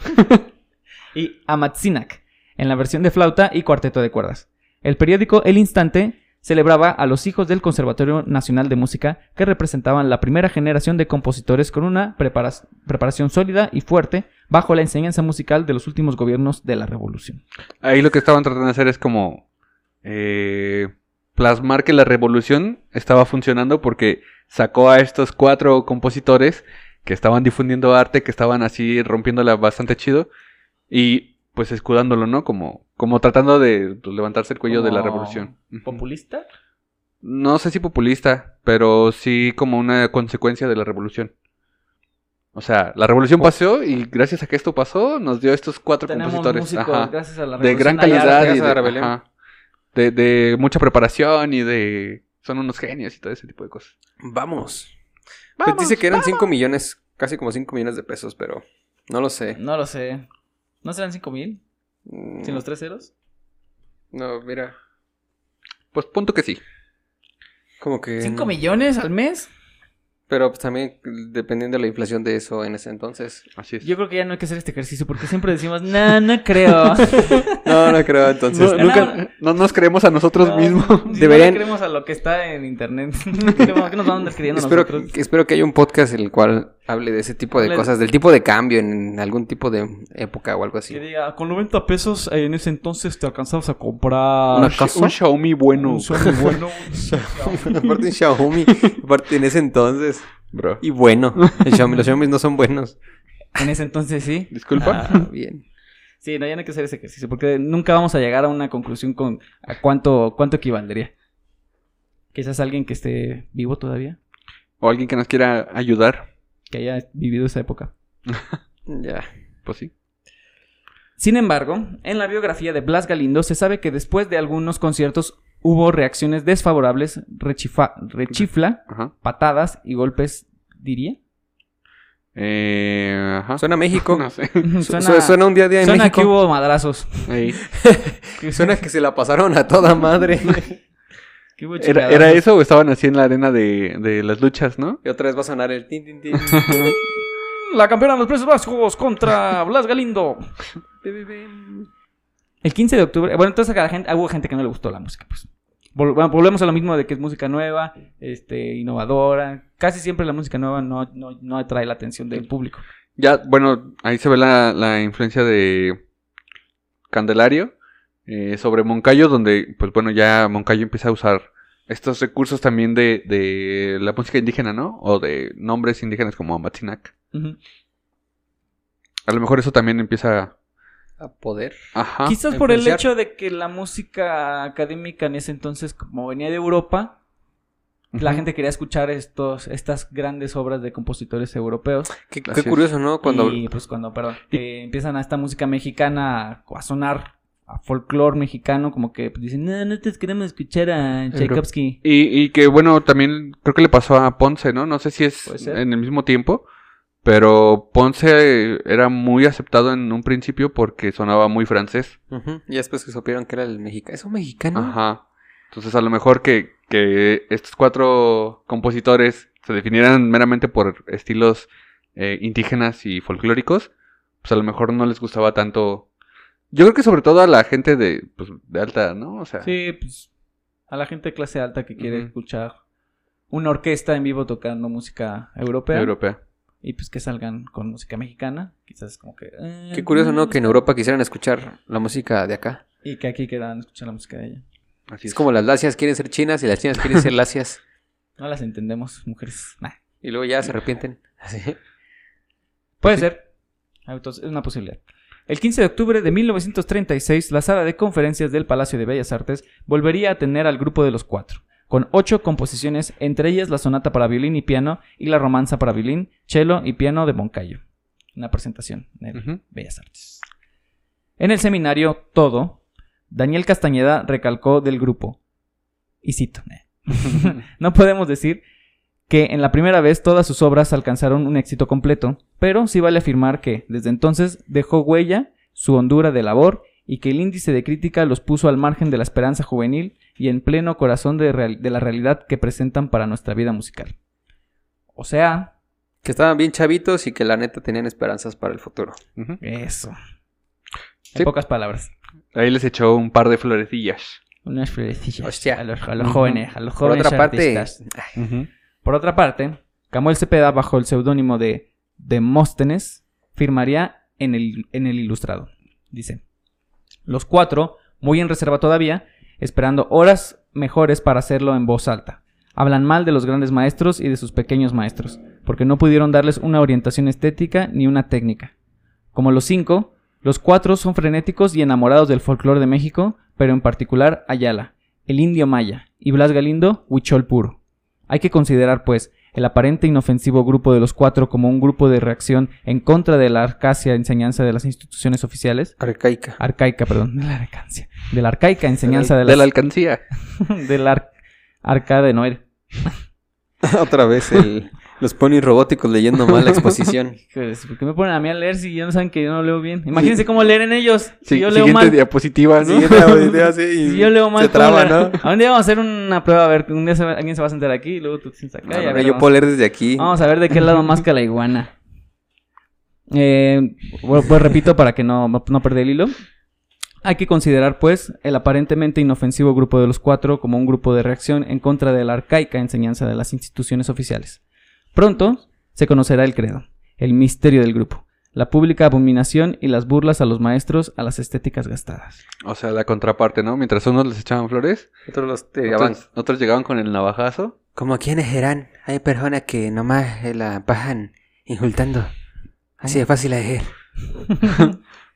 [SPEAKER 1] y Amatzinak, en la versión de flauta y cuarteto de cuerdas. El periódico El Instante celebraba a los hijos del Conservatorio Nacional de Música que representaban la primera generación de compositores con una prepara- preparación sólida y fuerte bajo la enseñanza musical de los últimos gobiernos de la Revolución.
[SPEAKER 3] Ahí lo que estaban tratando de hacer es como eh, plasmar que la revolución estaba funcionando porque sacó a estos cuatro compositores que estaban difundiendo arte, que estaban así rompiéndola bastante chido y pues escudándolo, ¿no? Como, como tratando de pues, levantarse el cuello de la
[SPEAKER 1] Como
[SPEAKER 3] revolución. Ujú.
[SPEAKER 1] ¿Populista?
[SPEAKER 3] No sé si populista, pero sí como una consecuencia de la revolución. O sea, la revolución pasó y gracias a que esto pasó nos dio estos cuatro
[SPEAKER 1] Tenemos
[SPEAKER 3] compositores.
[SPEAKER 1] músicos
[SPEAKER 3] Ajá
[SPEAKER 1] gracias a la
[SPEAKER 3] de
[SPEAKER 1] Revolución.
[SPEAKER 3] gran
[SPEAKER 1] hay
[SPEAKER 3] calidad
[SPEAKER 1] arte.
[SPEAKER 3] y
[SPEAKER 2] gracias a la
[SPEAKER 3] de,
[SPEAKER 2] rebelión.
[SPEAKER 3] ajá. de, de mucha preparación y de son unos genios y todo ese tipo de cosas.
[SPEAKER 2] Vamos. Pues dice que eran 5 millones, casi como 5 millones de pesos, pero no lo sé.
[SPEAKER 1] No lo sé. ¿No serán 5 mil?
[SPEAKER 2] Mm,
[SPEAKER 1] ¿Sin los tres ceros?
[SPEAKER 2] No, mira.
[SPEAKER 3] Pues punto que sí.
[SPEAKER 2] Como que...
[SPEAKER 1] ¿5 millones al mes?
[SPEAKER 2] Pero pues también dependiendo de la inflación de eso en ese entonces.
[SPEAKER 3] Así es.
[SPEAKER 1] Yo creo que ya no hay que hacer este ejercicio porque siempre decimos, no, no creo.
[SPEAKER 2] No, no creo entonces.
[SPEAKER 3] no,
[SPEAKER 1] no,
[SPEAKER 3] nunca- no nos creemos a nosotros
[SPEAKER 1] No,
[SPEAKER 3] mismos.
[SPEAKER 1] si
[SPEAKER 2] Deberían-
[SPEAKER 1] No le *laughs* creemos a lo que está en internet. ¿Qué nos van a andar creyendo
[SPEAKER 2] Espero,
[SPEAKER 1] nosotros?
[SPEAKER 2] espero que haya un podcast en el cual hable de ese tipo de
[SPEAKER 1] Hable de-
[SPEAKER 2] cosas, del tipo de cambio en algún tipo de época o algo así.
[SPEAKER 4] Que diga, con 90 pesos eh, en ese entonces te alcanzabas a comprar
[SPEAKER 2] Una
[SPEAKER 3] Un Xi-
[SPEAKER 2] casa.
[SPEAKER 3] Un Xiaomi bueno,
[SPEAKER 4] un Sony bueno.
[SPEAKER 2] *laughs* aparte
[SPEAKER 1] *laughs*
[SPEAKER 2] en Xiaomi, aparte en ese entonces.
[SPEAKER 3] *laughs* bro.
[SPEAKER 2] Y bueno, el Xiaomi- los Xiaomi no son buenos.
[SPEAKER 1] En ese entonces sí.
[SPEAKER 3] Disculpa.
[SPEAKER 2] Ah, bien.
[SPEAKER 1] Sí, no, ya no hay que hacer ese ejercicio porque nunca vamos a llegar a una conclusión con a cuánto, cuánto equivaldría. Quizás alguien que esté vivo todavía,
[SPEAKER 3] O alguien que nos quiera ayudar.
[SPEAKER 1] que haya vivido esa época.
[SPEAKER 2] Ya.
[SPEAKER 3] Pues sí.
[SPEAKER 1] Sin embargo, en la biografía de Blas Galindo se sabe que después de algunos conciertos hubo reacciones desfavorables, rechifa- rechifla,
[SPEAKER 3] Ajá.
[SPEAKER 1] patadas y golpes, diría.
[SPEAKER 3] Eh, ajá.
[SPEAKER 2] Suena México.
[SPEAKER 3] No sé.
[SPEAKER 2] *laughs* Su- su-
[SPEAKER 1] Suena,
[SPEAKER 2] Suena, un día a día en
[SPEAKER 1] suena
[SPEAKER 2] México.
[SPEAKER 1] que hubo madrazos.
[SPEAKER 3] Ahí.
[SPEAKER 2] *laughs* Suena que se la pasaron a toda madre.
[SPEAKER 1] que hubo
[SPEAKER 3] ¿Era,
[SPEAKER 1] chingadazos.
[SPEAKER 3] era eso o estaban así en la arena de, de las luchas, no?
[SPEAKER 2] y otra vez va a sonar el tin,
[SPEAKER 1] *laughs*
[SPEAKER 2] tin, tin.
[SPEAKER 1] La campeona de los precios vascos *laughs* contra Blas Galindo. El 15 de octubre. Bueno, entonces a la gente, hubo gente que no le gustó la música, pues. Vol- bueno, volvemos a lo mismo de que es música nueva, este, innovadora. Casi siempre la música nueva no, no, no atrae la atención del público.
[SPEAKER 3] Ya, bueno, ahí se ve la, la influencia de Candelario eh, sobre Moncayo, donde, pues bueno, ya Moncayo empieza a usar estos recursos también de, de la música indígena, ¿no? O de nombres indígenas como Matinac.
[SPEAKER 1] Ujú.
[SPEAKER 3] A lo mejor eso también empieza.
[SPEAKER 2] A poder.
[SPEAKER 3] Ajá.
[SPEAKER 1] Quizás por el
[SPEAKER 2] influenciar.
[SPEAKER 1] hecho de que la música académica en ese entonces, como venía de Europa, la
[SPEAKER 3] Ujú.
[SPEAKER 1] gente quería escuchar estos, estas grandes obras de compositores europeos.
[SPEAKER 2] Qué, qué
[SPEAKER 3] Así es.
[SPEAKER 2] curioso, ¿no? Cuando
[SPEAKER 1] Y pues cuando, perdón, que empiezan a esta música mexicana a, a sonar a folclore mexicano, como que pues, dicen, no, no te queremos escuchar a Tchaikovsky.
[SPEAKER 3] Y, y que bueno, también creo que le pasó a Ponce, ¿no? No sé si es
[SPEAKER 1] Puede ser.
[SPEAKER 3] en el mismo tiempo, pero Ponce era muy aceptado en un principio porque sonaba muy francés.
[SPEAKER 2] Ujú, Y después que supieron que era el mexicano. ¿Es un mexicano?
[SPEAKER 3] Ajá. Entonces a lo mejor que, que estos cuatro compositores se definieran meramente por estilos eh, indígenas y folclóricos, pues a lo mejor no les gustaba tanto. Yo creo que sobre todo a la gente de, pues, de alta, edad, ¿no? O sea,
[SPEAKER 1] Sí, pues a la gente de clase alta que quiere
[SPEAKER 3] Ujú.
[SPEAKER 1] escuchar una orquesta en vivo tocando música europea
[SPEAKER 3] europea.
[SPEAKER 1] y pues que salgan con música mexicana, quizás como que... eh,
[SPEAKER 2] Qué curioso, ¿no? Que en
[SPEAKER 1] no.
[SPEAKER 2] Europa quisieran escuchar la música de acá.
[SPEAKER 1] Y que aquí quieran escuchar la música de ella.
[SPEAKER 3] Así
[SPEAKER 2] Es como las lacias quieren ser chinas y las chinas quieren ser lacias.
[SPEAKER 1] No las entendemos, mujeres. Nah.
[SPEAKER 2] Y luego ya se arrepienten. Así.
[SPEAKER 1] Puede ser. Ah, Entonces, es una posibilidad. El 15 de octubre de 1936, la sala de conferencias del Palacio de Bellas Artes volvería a tener al grupo de los cuatro, con ocho composiciones, entre ellas la sonata para violín y piano y la romanza para violín, cello y piano de Moncayo. Una presentación en el
[SPEAKER 3] Ujú.
[SPEAKER 1] Bellas Artes. En el seminario Todo, Daniel Castañeda recalcó del grupo, y cito, *laughs* no podemos decir que en la primera vez todas sus obras alcanzaron un éxito completo, pero sí vale afirmar que desde entonces dejó huella su hondura de labor y que el índice de crítica los puso al margen de la esperanza juvenil y en pleno corazón de, real- de la realidad que presentan para nuestra vida musical. O sea,
[SPEAKER 2] Que estaban bien chavitos y que la neta tenían esperanzas para el futuro.
[SPEAKER 3] *laughs* Ujú.
[SPEAKER 1] eso. En
[SPEAKER 3] Sí.
[SPEAKER 1] pocas palabras.
[SPEAKER 3] Ahí les echó un par de florecillas.
[SPEAKER 1] Unas florecillas
[SPEAKER 2] Hostia.
[SPEAKER 1] a los, a los jóvenes, a los
[SPEAKER 2] Por
[SPEAKER 1] jóvenes
[SPEAKER 2] otra parte,
[SPEAKER 1] artistas. Por otra parte, Camuel Cepeda, bajo el seudónimo de Demóstenes, firmaría en el, en el Ilustrado. Dice, los cuatro, muy en reserva todavía, esperando horas mejores para hacerlo en voz alta. Hablan mal de los grandes maestros y de sus pequeños maestros, porque no pudieron darles una orientación estética ni una técnica. Como los cinco, los cuatro son frenéticos y enamorados del folclore de México, pero en particular Ayala, el indio maya, y Blas Galindo, huichol puro. Hay que considerar, pues, el aparente inofensivo grupo de los cuatro como un grupo de reacción en contra de la arcasia enseñanza de las instituciones oficiales.
[SPEAKER 2] arcaica.
[SPEAKER 1] Arcaica, perdón, *laughs* de la arcancia. De la arcaica enseñanza de,
[SPEAKER 3] de la
[SPEAKER 1] las-
[SPEAKER 3] alcancía.
[SPEAKER 1] *laughs* de la ar- arca de Noé.
[SPEAKER 2] *laughs* Otra vez el- los ponis robóticos leyendo mal la *laughs* exposición.
[SPEAKER 1] Pues, ¿Por qué me ponen a mí a leer si ya no saben que yo no leo bien? Imagínense cómo leen ellos. Si yo leo
[SPEAKER 3] siguiente
[SPEAKER 1] mal.
[SPEAKER 3] diapositiva, ¿no?
[SPEAKER 1] Si yo leo mal, ¿cómo
[SPEAKER 2] *laughs*
[SPEAKER 1] leerán? *laughs* ¿A dónde vamos a hacer una prueba? A ver, un día se va- alguien se va a sentar aquí y luego tú te sientas acá. y a ver,
[SPEAKER 2] yo
[SPEAKER 1] vamos- Ah,
[SPEAKER 2] puedo leer desde aquí.
[SPEAKER 1] Vamos a ver de qué lado más que la iguana. Eh, bueno, pues repito para que no, no perder el hilo. Hay que considerar, pues, el aparentemente inofensivo grupo de los cuatro como un grupo de reacción en contra de la arcaica enseñanza de las instituciones oficiales. Pronto se conocerá el credo, el misterio del grupo, la pública abominación y las burlas a los maestros a las estéticas gastadas.
[SPEAKER 3] O sea, la contraparte, ¿no? Mientras unos les echaban flores,
[SPEAKER 2] Otros los
[SPEAKER 3] otros, otros llegaban con el navajazo.
[SPEAKER 2] Como quienes eran, hay personas que nomás eh, la bajan insultando. Así de fácil es. eh.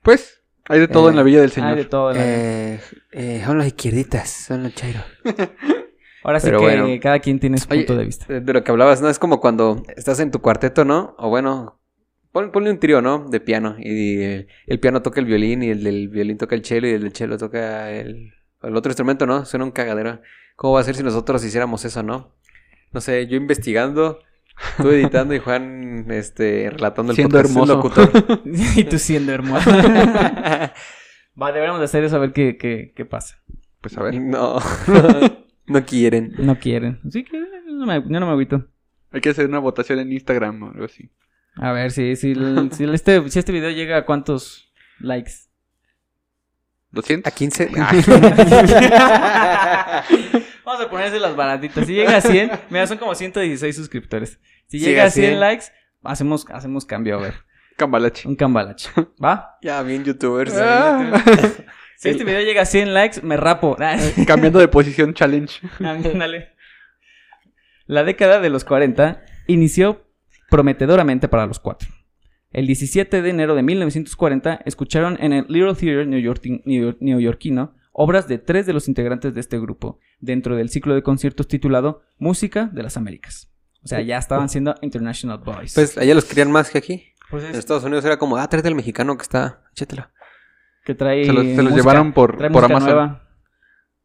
[SPEAKER 3] Pues, hay de todo
[SPEAKER 2] Eh,
[SPEAKER 3] en la Villa del
[SPEAKER 1] Hay
[SPEAKER 3] Señor.
[SPEAKER 1] de todo. la-
[SPEAKER 2] Eh, eh, son los izquierdistas, son los chairos.
[SPEAKER 1] Ahora sí que
[SPEAKER 2] pero bueno.
[SPEAKER 1] cada quien tiene su
[SPEAKER 2] Oye,
[SPEAKER 1] punto de vista.
[SPEAKER 2] Eh, De lo que hablabas, ¿no? Es como cuando estás en tu cuarteto, ¿no? O bueno, pon- ponle un trío, ¿no? De piano. Y el, el piano toca el violín, y el del violín toca el cello, y el del cello toca el, el otro instrumento, ¿no? Suena un cagadero. ¿Cómo va a ser si nosotros hiciéramos eso, no? No sé, yo investigando, tú editando y Juan este, relatando el
[SPEAKER 3] Siendo
[SPEAKER 2] podcast, el
[SPEAKER 3] hermoso.
[SPEAKER 2] locutor.
[SPEAKER 1] *laughs* y tú siendo hermosa. Va, deberíamos de hacer eso a ver qué, qué, qué pasa.
[SPEAKER 3] Pues a *laughs* ver.
[SPEAKER 2] no, no quieren.
[SPEAKER 1] No quieren. Así que eh, no me, yo no me agüito.
[SPEAKER 3] Hay que hacer una votación en Instagram o algo así.
[SPEAKER 1] A ver si, si, *laughs* el- si el- este, si este video llega a cuántos likes. *laughs*
[SPEAKER 3] ¿200?
[SPEAKER 2] A *laughs* 15. Ah,
[SPEAKER 1] Vamos a ponerse las baratitas. Si llega a 100, mira, son como 116 suscriptores. Si
[SPEAKER 2] Sí,
[SPEAKER 1] llega a
[SPEAKER 2] así
[SPEAKER 1] 100
[SPEAKER 2] es.
[SPEAKER 1] likes, hacemos, hacemos cambio, a ver.
[SPEAKER 3] Cambalache.
[SPEAKER 1] Un cambalache. ¿Va?
[SPEAKER 2] ya, bien youtubers.
[SPEAKER 3] Ah.
[SPEAKER 1] Si este video llega a 100 likes, me *laughs* rapo. Ah,
[SPEAKER 3] Cambiando de posición challenge.
[SPEAKER 1] *laughs* Ándale. La década de los 40 inició prometedoramente para los cuatro. El 17 de enero de 1940 escucharon en el Little Theater neoyorti- neo- neoyorquino obras de tres de los integrantes de este grupo dentro del ciclo de conciertos titulado Música de las Américas. O sea, ya estaban siendo International Boys.
[SPEAKER 2] Pues allá los querían más que aquí.
[SPEAKER 1] Pues
[SPEAKER 2] En
[SPEAKER 1] es
[SPEAKER 2] Estados Unidos era como, ah, tráete al mexicano que está, échatelo.
[SPEAKER 1] que trae
[SPEAKER 3] Se los, se los
[SPEAKER 1] música-
[SPEAKER 3] llevaron por,
[SPEAKER 1] trae
[SPEAKER 3] por
[SPEAKER 1] Eh, música
[SPEAKER 3] Amazon.
[SPEAKER 1] nueva.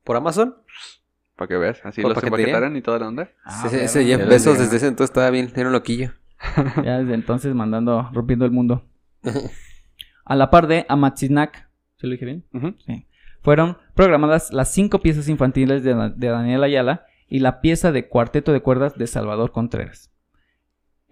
[SPEAKER 2] ¿Por Amazon?
[SPEAKER 3] Para que veas. Así
[SPEAKER 2] Por
[SPEAKER 3] los
[SPEAKER 2] paquetería.
[SPEAKER 3] empaquetaron y toda la onda.
[SPEAKER 1] Ah,
[SPEAKER 2] ese, ese
[SPEAKER 1] verga.
[SPEAKER 2] Jeff
[SPEAKER 3] ya lo
[SPEAKER 2] Bezos
[SPEAKER 3] llegaron.
[SPEAKER 2] desde ese entonces estaba bien, era un loquillo.
[SPEAKER 1] Ya desde entonces mandando, rompiendo el mundo. A la par de Amatsinak, ¿se lo dije bien?
[SPEAKER 3] Ujú.
[SPEAKER 1] Fueron programadas las cinco piezas infantiles de, Da- de Daniel Ayala y la pieza de cuarteto de cuerdas de Salvador Contreras.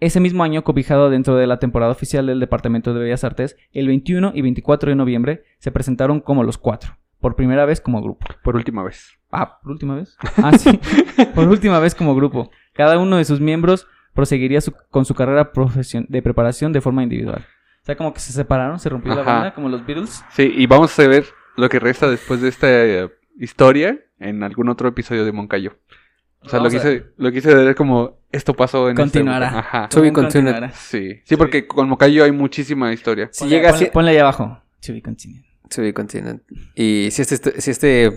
[SPEAKER 1] Ese mismo año, cobijado dentro de la temporada oficial del Departamento de Bellas Artes, el 21 y 24 de noviembre se presentaron como los cuatro, por primera vez como grupo.
[SPEAKER 3] Por última vez.
[SPEAKER 1] Ah, por última vez. Ah, sí. *laughs* por última vez como grupo. Cada uno de sus miembros proseguiría su- con su carrera profesio- de preparación de forma individual. O sea, como que se separaron, se rompió la
[SPEAKER 3] Ajá.
[SPEAKER 1] banda, como los Beatles.
[SPEAKER 3] Sí, y vamos a ver lo que resta después de esta eh, historia en algún otro episodio de Moncayo. O sea, lo
[SPEAKER 1] Vamos a-
[SPEAKER 3] quise, lo quise ver como esto pasó en este-
[SPEAKER 1] Continuará.
[SPEAKER 3] Ajá.
[SPEAKER 2] To be
[SPEAKER 1] También
[SPEAKER 2] continued.
[SPEAKER 1] continuará.
[SPEAKER 3] Sí. sí, porque con Moncayo hay muchísima historia.
[SPEAKER 2] Si llega
[SPEAKER 1] ponle,
[SPEAKER 2] así...
[SPEAKER 1] ponle ahí abajo. To be continued.
[SPEAKER 2] Subcontinent. Y si este, si este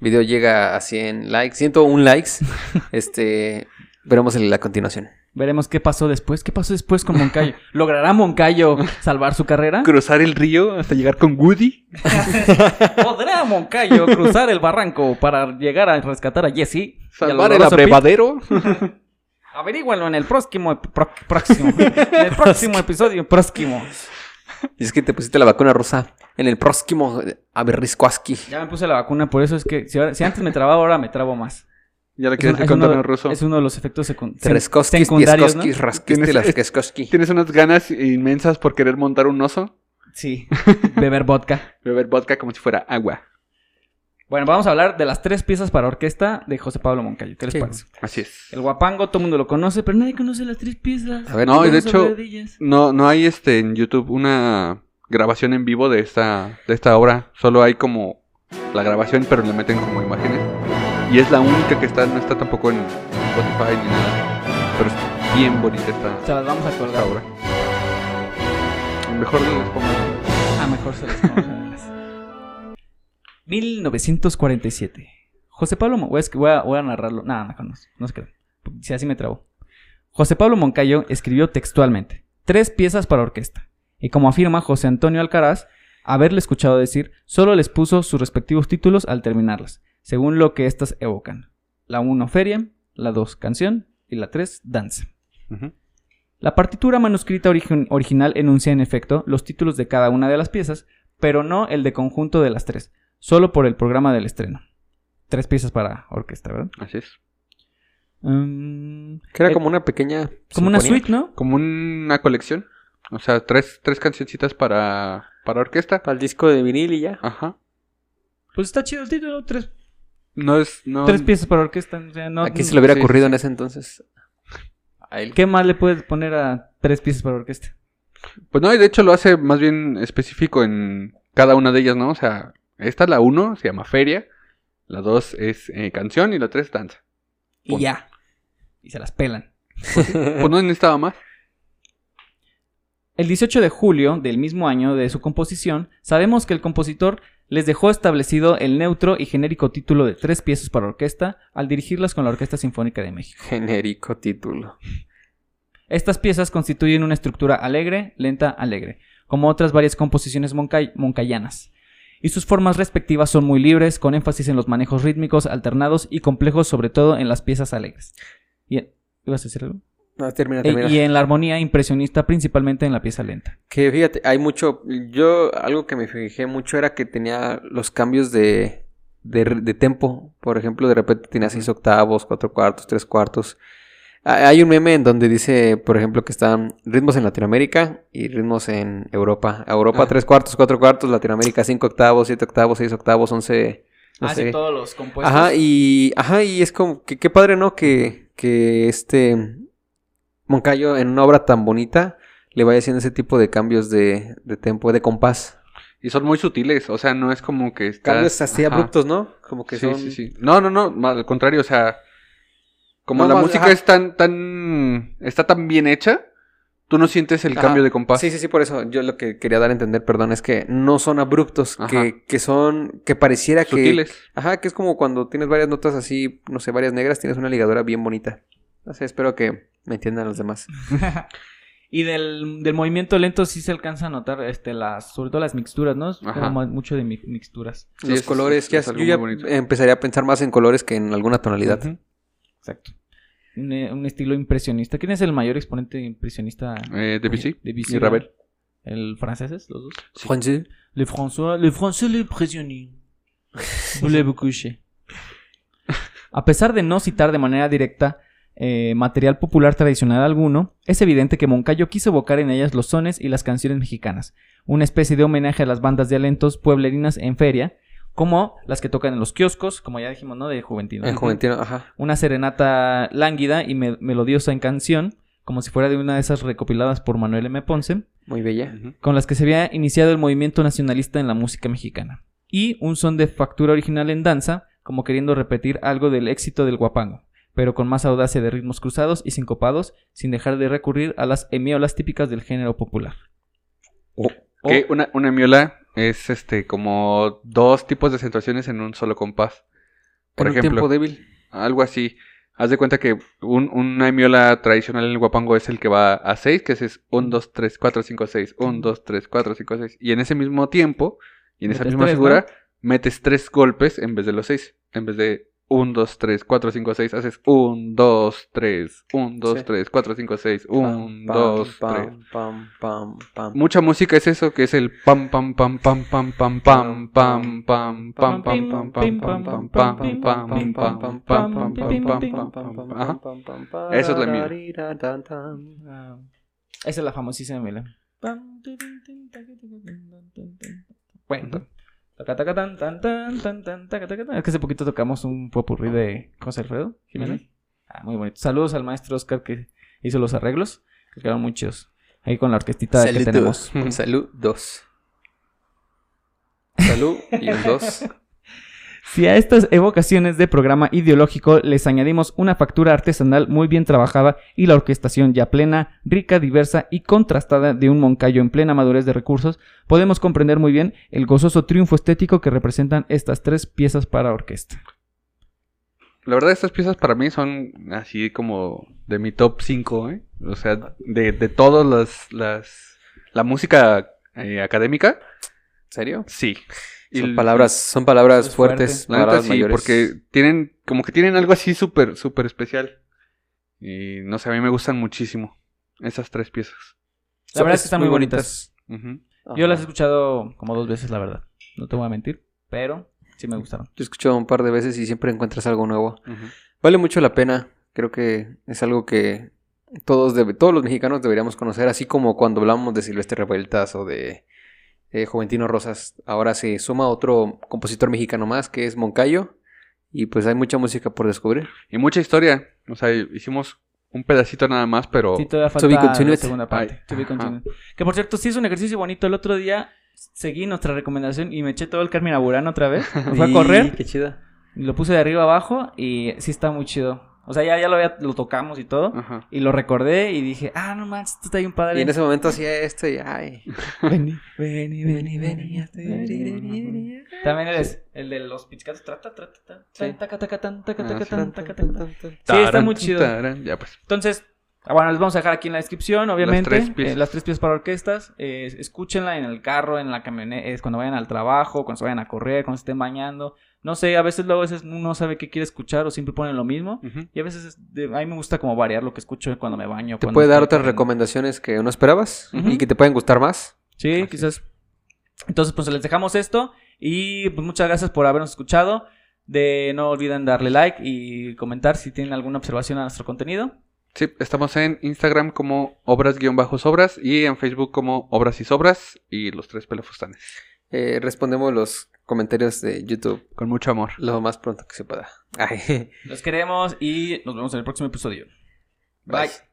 [SPEAKER 2] video llega a 100 likes, 101 likes,
[SPEAKER 1] *laughs*
[SPEAKER 2] este, veremos el- la continuación.
[SPEAKER 1] Veremos qué pasó después. ¿Qué pasó después con Moncayo? *laughs* ¿Logrará Moncayo salvar su carrera?
[SPEAKER 3] Cruzar el río hasta llegar con Woody.
[SPEAKER 1] ¿Podrá Moncayo cruzar el barranco para llegar a rescatar a Jesse? y al
[SPEAKER 3] Salvar el
[SPEAKER 1] oloroso Pete?
[SPEAKER 3] abrevadero.
[SPEAKER 1] Averígüenlo en el próximo, ep- pro- próximo. En el
[SPEAKER 3] *laughs*
[SPEAKER 1] próximo episodio, próximo.
[SPEAKER 2] Y es que te pusiste la vacuna rusa en el próximo eh, Aberriscoaski.
[SPEAKER 1] Ya me puse la vacuna, por eso es que si, ahora- si antes me trababa, ahora me trabo
[SPEAKER 3] *laughs*
[SPEAKER 1] más.
[SPEAKER 3] *laughs* Ya le
[SPEAKER 1] Es, un-
[SPEAKER 3] quieres decir
[SPEAKER 1] es
[SPEAKER 3] con
[SPEAKER 1] uno, de-
[SPEAKER 3] Antonio Russo.
[SPEAKER 1] es uno de los efectos secun- sen-
[SPEAKER 2] Treskoskis,
[SPEAKER 1] secundarios, ¿no?
[SPEAKER 2] Pieskoskis, Raskis,
[SPEAKER 3] Tienes-
[SPEAKER 2] Laskoski.
[SPEAKER 3] Tienes unas ganas inmensas por querer montar un oso, *laughs*
[SPEAKER 1] Sí, beber vodka.
[SPEAKER 3] beber vodka como si fuera agua.
[SPEAKER 1] Bueno, vamos a hablar de las tres piezas para orquesta de José Pablo Moncayo. ¿Qué les
[SPEAKER 2] Sí.
[SPEAKER 1] parece?
[SPEAKER 3] Así es.
[SPEAKER 1] El guapango, todo el mundo lo conoce, pero nadie conoce las tres piezas.
[SPEAKER 2] A ver,
[SPEAKER 3] No, y de
[SPEAKER 1] Vamos a
[SPEAKER 3] hecho,
[SPEAKER 1] hablar de ellas.
[SPEAKER 3] no, no hay este en YouTube una grabación en vivo de esta, de esta obra. Solo hay como la grabación, pero le meten como imágenes. Y es la única que está, no está tampoco en Spotify ni nada. Pero es bien bonita
[SPEAKER 1] Se
[SPEAKER 3] esta,
[SPEAKER 1] las vamos a
[SPEAKER 3] esta
[SPEAKER 1] colgar.
[SPEAKER 3] obra. Mejor no les pongo.
[SPEAKER 1] Ah, mejor se las vamos a ver. 1947. José Pablo Mon- es que voy a, voy a narrarlo. Nada, no, no, no se crean. Si así me trabo. José Pablo Moncayo escribió textualmente tres piezas para orquesta. Y como afirma José Antonio Alcaraz, haberle escuchado decir, solo les puso sus respectivos títulos al terminarlas, según lo que éstas evocan. La 1 feria, la 2 canción y la 3 danza.
[SPEAKER 3] Ujú.
[SPEAKER 1] La partitura manuscrita origi- original enuncia en efecto los títulos de cada una de las piezas, pero no el de conjunto de las tres, solo por el programa del estreno. Tres piezas para orquesta, ¿verdad?
[SPEAKER 3] Así es.
[SPEAKER 1] Mm,
[SPEAKER 2] Que era
[SPEAKER 1] eh,
[SPEAKER 2] como una pequeña...
[SPEAKER 1] como una
[SPEAKER 2] sinfonía.
[SPEAKER 1] suite, ¿no?
[SPEAKER 3] Como una colección. O sea, tres, tres cancioncitas para, para orquesta.
[SPEAKER 2] Para el disco de vinil y ya.
[SPEAKER 3] Ajá.
[SPEAKER 1] Pues está chido el título, tres,
[SPEAKER 3] No es. No,
[SPEAKER 1] tres piezas para orquesta. O sea, no, mm,
[SPEAKER 2] ¿A quién se le hubiera
[SPEAKER 3] sí,
[SPEAKER 2] ocurrido
[SPEAKER 3] sí,
[SPEAKER 2] en ese entonces? A él.
[SPEAKER 1] ¿Qué más le puedes poner a tres piezas para orquesta?
[SPEAKER 3] Pues no, y de hecho lo hace más bien específico en cada una de ellas, ¿no? O sea, esta, la uno, se llama Feria. La dos es eh, canción y la
[SPEAKER 2] *laughs*
[SPEAKER 3] tres danza.
[SPEAKER 1] Y
[SPEAKER 3] Pon-
[SPEAKER 1] ya. Y se las pelan.
[SPEAKER 3] Pues no necesitaba más.
[SPEAKER 1] El 18 de julio del mismo año de su composición, sabemos que el compositor les dejó establecido el neutro y genérico título de tres piezas para orquesta al dirigirlas con la Orquesta Sinfónica de México.
[SPEAKER 2] Genérico título.
[SPEAKER 1] Estas piezas constituyen una estructura alegre, lenta, alegre, como otras varias composiciones monca- moncayanas. Y sus formas respectivas son muy libres, con énfasis en los manejos rítmicos, alternados y complejos, sobre todo en las piezas alegres. Y en, ¿ibas a decir algo?
[SPEAKER 2] No, termina,
[SPEAKER 1] Eh,
[SPEAKER 2] termina.
[SPEAKER 1] y en la armonía impresionista, principalmente en la pieza lenta.
[SPEAKER 2] Que fíjate, hay mucho. Yo, algo que me fijé mucho era que tenía los cambios de, de, de tempo. Por ejemplo, de repente tenía seis octavos, cuatro cuartos, tres cuartos. Ha- Hay un meme en donde dice, por ejemplo, que están ritmos en Latinoamérica y ritmos en Europa. A Europa
[SPEAKER 3] Ah.
[SPEAKER 2] tres cuartos, cuatro cuartos, Latinoamérica cinco octavos, siete octavos, seis octavos, once. no sé.
[SPEAKER 1] Ah, todos los compuestos.
[SPEAKER 2] Ajá, y, ajá, y es como que qué padre, ¿no? Que, que este Moncayo en una obra tan bonita le vaya haciendo ese tipo de cambios de, de tempo, de compás.
[SPEAKER 3] Y son muy sutiles, o sea, no es como que estás-
[SPEAKER 2] Cambios así
[SPEAKER 3] Ajá.
[SPEAKER 2] abruptos, ¿no? Como que
[SPEAKER 3] sí,
[SPEAKER 2] son...
[SPEAKER 3] sí, sí. No, no, no, más al contrario, o sea, como
[SPEAKER 2] No,
[SPEAKER 3] la
[SPEAKER 2] más,
[SPEAKER 3] música
[SPEAKER 2] ajá.
[SPEAKER 3] es tan, tan, está tan bien hecha, tú no sientes el
[SPEAKER 2] Ajá.
[SPEAKER 3] cambio de compás.
[SPEAKER 2] Sí, sí, sí, por eso yo lo que quería dar a entender, perdón, es que no son abruptos,
[SPEAKER 3] Ajá.
[SPEAKER 2] que, que son, que pareciera que...
[SPEAKER 3] Sutiles.
[SPEAKER 2] Ajá, que es como cuando tienes varias notas así, no sé, varias negras, tienes una ligadura bien bonita. No sé, espero que me entiendan los demás.
[SPEAKER 1] *laughs* y del, del movimiento lento sí se alcanza a notar, este, las, sobre todo las mixturas, ¿no? Es
[SPEAKER 3] Ajá.
[SPEAKER 1] como más- mucho de mi- mixturas.
[SPEAKER 3] Sí,
[SPEAKER 2] los
[SPEAKER 3] es-
[SPEAKER 2] colores,
[SPEAKER 3] es-
[SPEAKER 2] ya-
[SPEAKER 3] es algo
[SPEAKER 2] yo ya
[SPEAKER 3] muy bonito.
[SPEAKER 2] empezaría a pensar más en colores que en alguna tonalidad.
[SPEAKER 3] Ujú.
[SPEAKER 1] Exacto. Un, eh, un estilo impresionista. ¿Quién es el mayor exponente impresionista?
[SPEAKER 3] Eh, Debussy
[SPEAKER 1] de
[SPEAKER 3] y Ravel.
[SPEAKER 1] ¿El franceses, los dos?
[SPEAKER 3] Sí.
[SPEAKER 2] Juanse.
[SPEAKER 1] Le François, le Français le *laughs* impressionniste. Le Bucuche. A pesar de no citar de manera directa eh, material popular tradicional alguno, es evidente que Moncayo quiso evocar en ellas los sones y las canciones mexicanas, una especie de homenaje a las bandas de alentos pueblerinas en feria, como las que tocan en los kioscos, como ya dijimos, ¿no? De Juventino
[SPEAKER 2] En Juventino, ajá.
[SPEAKER 1] una serenata lánguida y me- melodiosa en canción, como si fuera de una de esas recopiladas por Manuel M. Ponce,
[SPEAKER 2] Muy bella.
[SPEAKER 3] Ujú.
[SPEAKER 1] con las que se había iniciado el movimiento nacionalista en la música mexicana, y un son de factura original en danza, como queriendo repetir algo del éxito del guapango, pero con más audacia de ritmos cruzados y sincopados, sin dejar de recurrir a las emiolas típicas del género popular. O-
[SPEAKER 3] Que una, una miola es este como dos tipos de acentuaciones en un solo compás. Por
[SPEAKER 2] en
[SPEAKER 3] ejemplo,
[SPEAKER 2] un tiempo débil.
[SPEAKER 3] algo así. Haz de cuenta que un, una miola tradicional en el guapango es el que va a 6, que ese es 1, 2, 3, 4, 5, 6, 1, 2, 3, 4, 5, 6. Y en ese mismo tiempo, y en esa
[SPEAKER 1] Metes
[SPEAKER 3] misma
[SPEAKER 1] tres,
[SPEAKER 3] figura, metes 3 golpes en vez de los 6. En vez de 1, 2, 3, 4, 5, 6, haces 1, 2, 3, 1, 2,
[SPEAKER 2] Sí.
[SPEAKER 3] 3, 4, 5, 6, 1,
[SPEAKER 2] Pam,
[SPEAKER 3] 2, 3.
[SPEAKER 2] pam, pam, pam, pam, pam.
[SPEAKER 3] Mucha música es eso, que es el pam pam pam pam pam pam pam pam pam pam pam pam pam pam pam pam pam pam pam pam pam pam pam pam Ajá. Eso es la mía.
[SPEAKER 1] Ah, Esa es la famosísima mela. Bueno. tacatacatán, tan, tan, tan, tan, tacatacatán. Es que hace poquito tocamos un popurrí de José Alfredo Jiménez. Ah, muy bonito. Saludos al maestro Oscar que hizo los arreglos, que quedaron muy chidos. Ahí con la orquestita que tenemos.
[SPEAKER 2] Saludos. Saludos. Salud y el dos.
[SPEAKER 1] Si a estas evocaciones de programa ideológico les añadimos una factura artesanal muy bien trabajada y la orquestación ya plena, rica, diversa y contrastada de un Moncayo en plena madurez de recursos, podemos comprender muy bien el gozoso triunfo estético que representan estas tres piezas para orquesta.
[SPEAKER 3] La verdad, estas piezas para mí son así como de mi top 5, ¿eh? O sea, de, de todas las, las... La música eh, académica,
[SPEAKER 2] ¿En serio?
[SPEAKER 3] sí. Y
[SPEAKER 2] Son
[SPEAKER 3] l-
[SPEAKER 2] palabras, son palabras
[SPEAKER 1] Es fuerte.
[SPEAKER 2] fuertes,
[SPEAKER 3] La neta
[SPEAKER 2] palabras
[SPEAKER 3] sí,
[SPEAKER 2] mayores.
[SPEAKER 3] porque tienen... Como que tienen algo así súper, súper especial. Y no sé, a mí me gustan muchísimo esas tres piezas.
[SPEAKER 1] La verdad es
[SPEAKER 2] Son-
[SPEAKER 1] que están muy bonitas.
[SPEAKER 3] Ujú.
[SPEAKER 1] Yo
[SPEAKER 2] Ajá.
[SPEAKER 1] las he escuchado como dos veces, la verdad. No te voy a mentir, pero sí me gustaron.
[SPEAKER 2] Yo he escuchado un par de veces y siempre encuentras algo nuevo. Vale mucho la pena. Creo que es algo que todos, debe- todos los mexicanos deberíamos conocer, así como cuando hablamos de Silvestre Revueltas o de eh, Juventino Rosas. Ahora se suma otro compositor mexicano más, que es Moncayo. Y pues hay mucha música por descubrir.
[SPEAKER 3] Y mucha historia. O sea, hicimos un pedacito nada más, pero...
[SPEAKER 1] Sí, todavía
[SPEAKER 2] Oh. To be
[SPEAKER 1] falta la
[SPEAKER 2] continued.
[SPEAKER 1] segunda parte.
[SPEAKER 3] Ay,
[SPEAKER 1] To be
[SPEAKER 3] ajá.
[SPEAKER 1] continued. Que por cierto, sí es un ejercicio bonito. El otro día seguí nuestra recomendación y me eché todo el Carmen Aburano otra
[SPEAKER 2] *laughs*
[SPEAKER 1] vez. Me fue Pues a
[SPEAKER 2] Y-
[SPEAKER 1] correr,
[SPEAKER 2] Qué chida.
[SPEAKER 1] lo puse de arriba abajo y sí está muy chido. O sea, ya, ya lo, había- lo tocamos y todo.
[SPEAKER 3] Ajá.
[SPEAKER 1] Y lo recordé y dije, ah, no manches, esto está bien padre.
[SPEAKER 2] Y en ese momento hacía esto y ay.
[SPEAKER 1] *laughs* Vení, vení, vení, vení. También eres el de los pizcatos. Tra, ta, tra, ta, ta,
[SPEAKER 2] Sí.
[SPEAKER 1] taca, taca, tan, taca,
[SPEAKER 3] Ah,
[SPEAKER 1] taca,
[SPEAKER 3] sí.
[SPEAKER 1] tan, taca, tan, tan. Sí, está muy
[SPEAKER 3] Tarán,
[SPEAKER 1] chido.
[SPEAKER 3] tarán. Ya, pues.
[SPEAKER 1] Entonces, ah, bueno, les vamos a dejar aquí en la descripción, obviamente. eh, Las
[SPEAKER 3] tres
[SPEAKER 1] tres piezas,
[SPEAKER 3] piezas.
[SPEAKER 1] para orquestas. eh, escúchenla en el carro, en la camioneta, es cuando vayan al trabajo, cuando se vayan a correr, cuando se estén bañando. No sé, a veces luego a veces uno no sabe qué quiere escuchar o siempre ponen lo mismo.
[SPEAKER 3] Ujú.
[SPEAKER 1] Y a veces es de- a mí me gusta como variar lo que escucho cuando me baño.
[SPEAKER 2] Te
[SPEAKER 1] cuando
[SPEAKER 2] puede dar
[SPEAKER 1] estoy
[SPEAKER 2] otras
[SPEAKER 1] corriendo.
[SPEAKER 2] recomendaciones que no esperabas
[SPEAKER 1] Ujú.
[SPEAKER 2] y que te pueden gustar más.
[SPEAKER 1] Sí, quizás. Entonces, pues les dejamos esto. Y pues muchas gracias por habernos escuchado. De no olviden darle like y comentar si tienen alguna observación a nuestro contenido.
[SPEAKER 3] Sí, estamos en Instagram como obras-sobras y en Facebook como obras y sobras y los tres pelafustanes.
[SPEAKER 2] Eh, respondemos los comentarios de YouTube
[SPEAKER 3] Con mucho amor.
[SPEAKER 2] lo más pronto que se pueda. *laughs* Ay.
[SPEAKER 1] Los queremos y nos vemos en el próximo episodio. Bye.
[SPEAKER 2] Bye.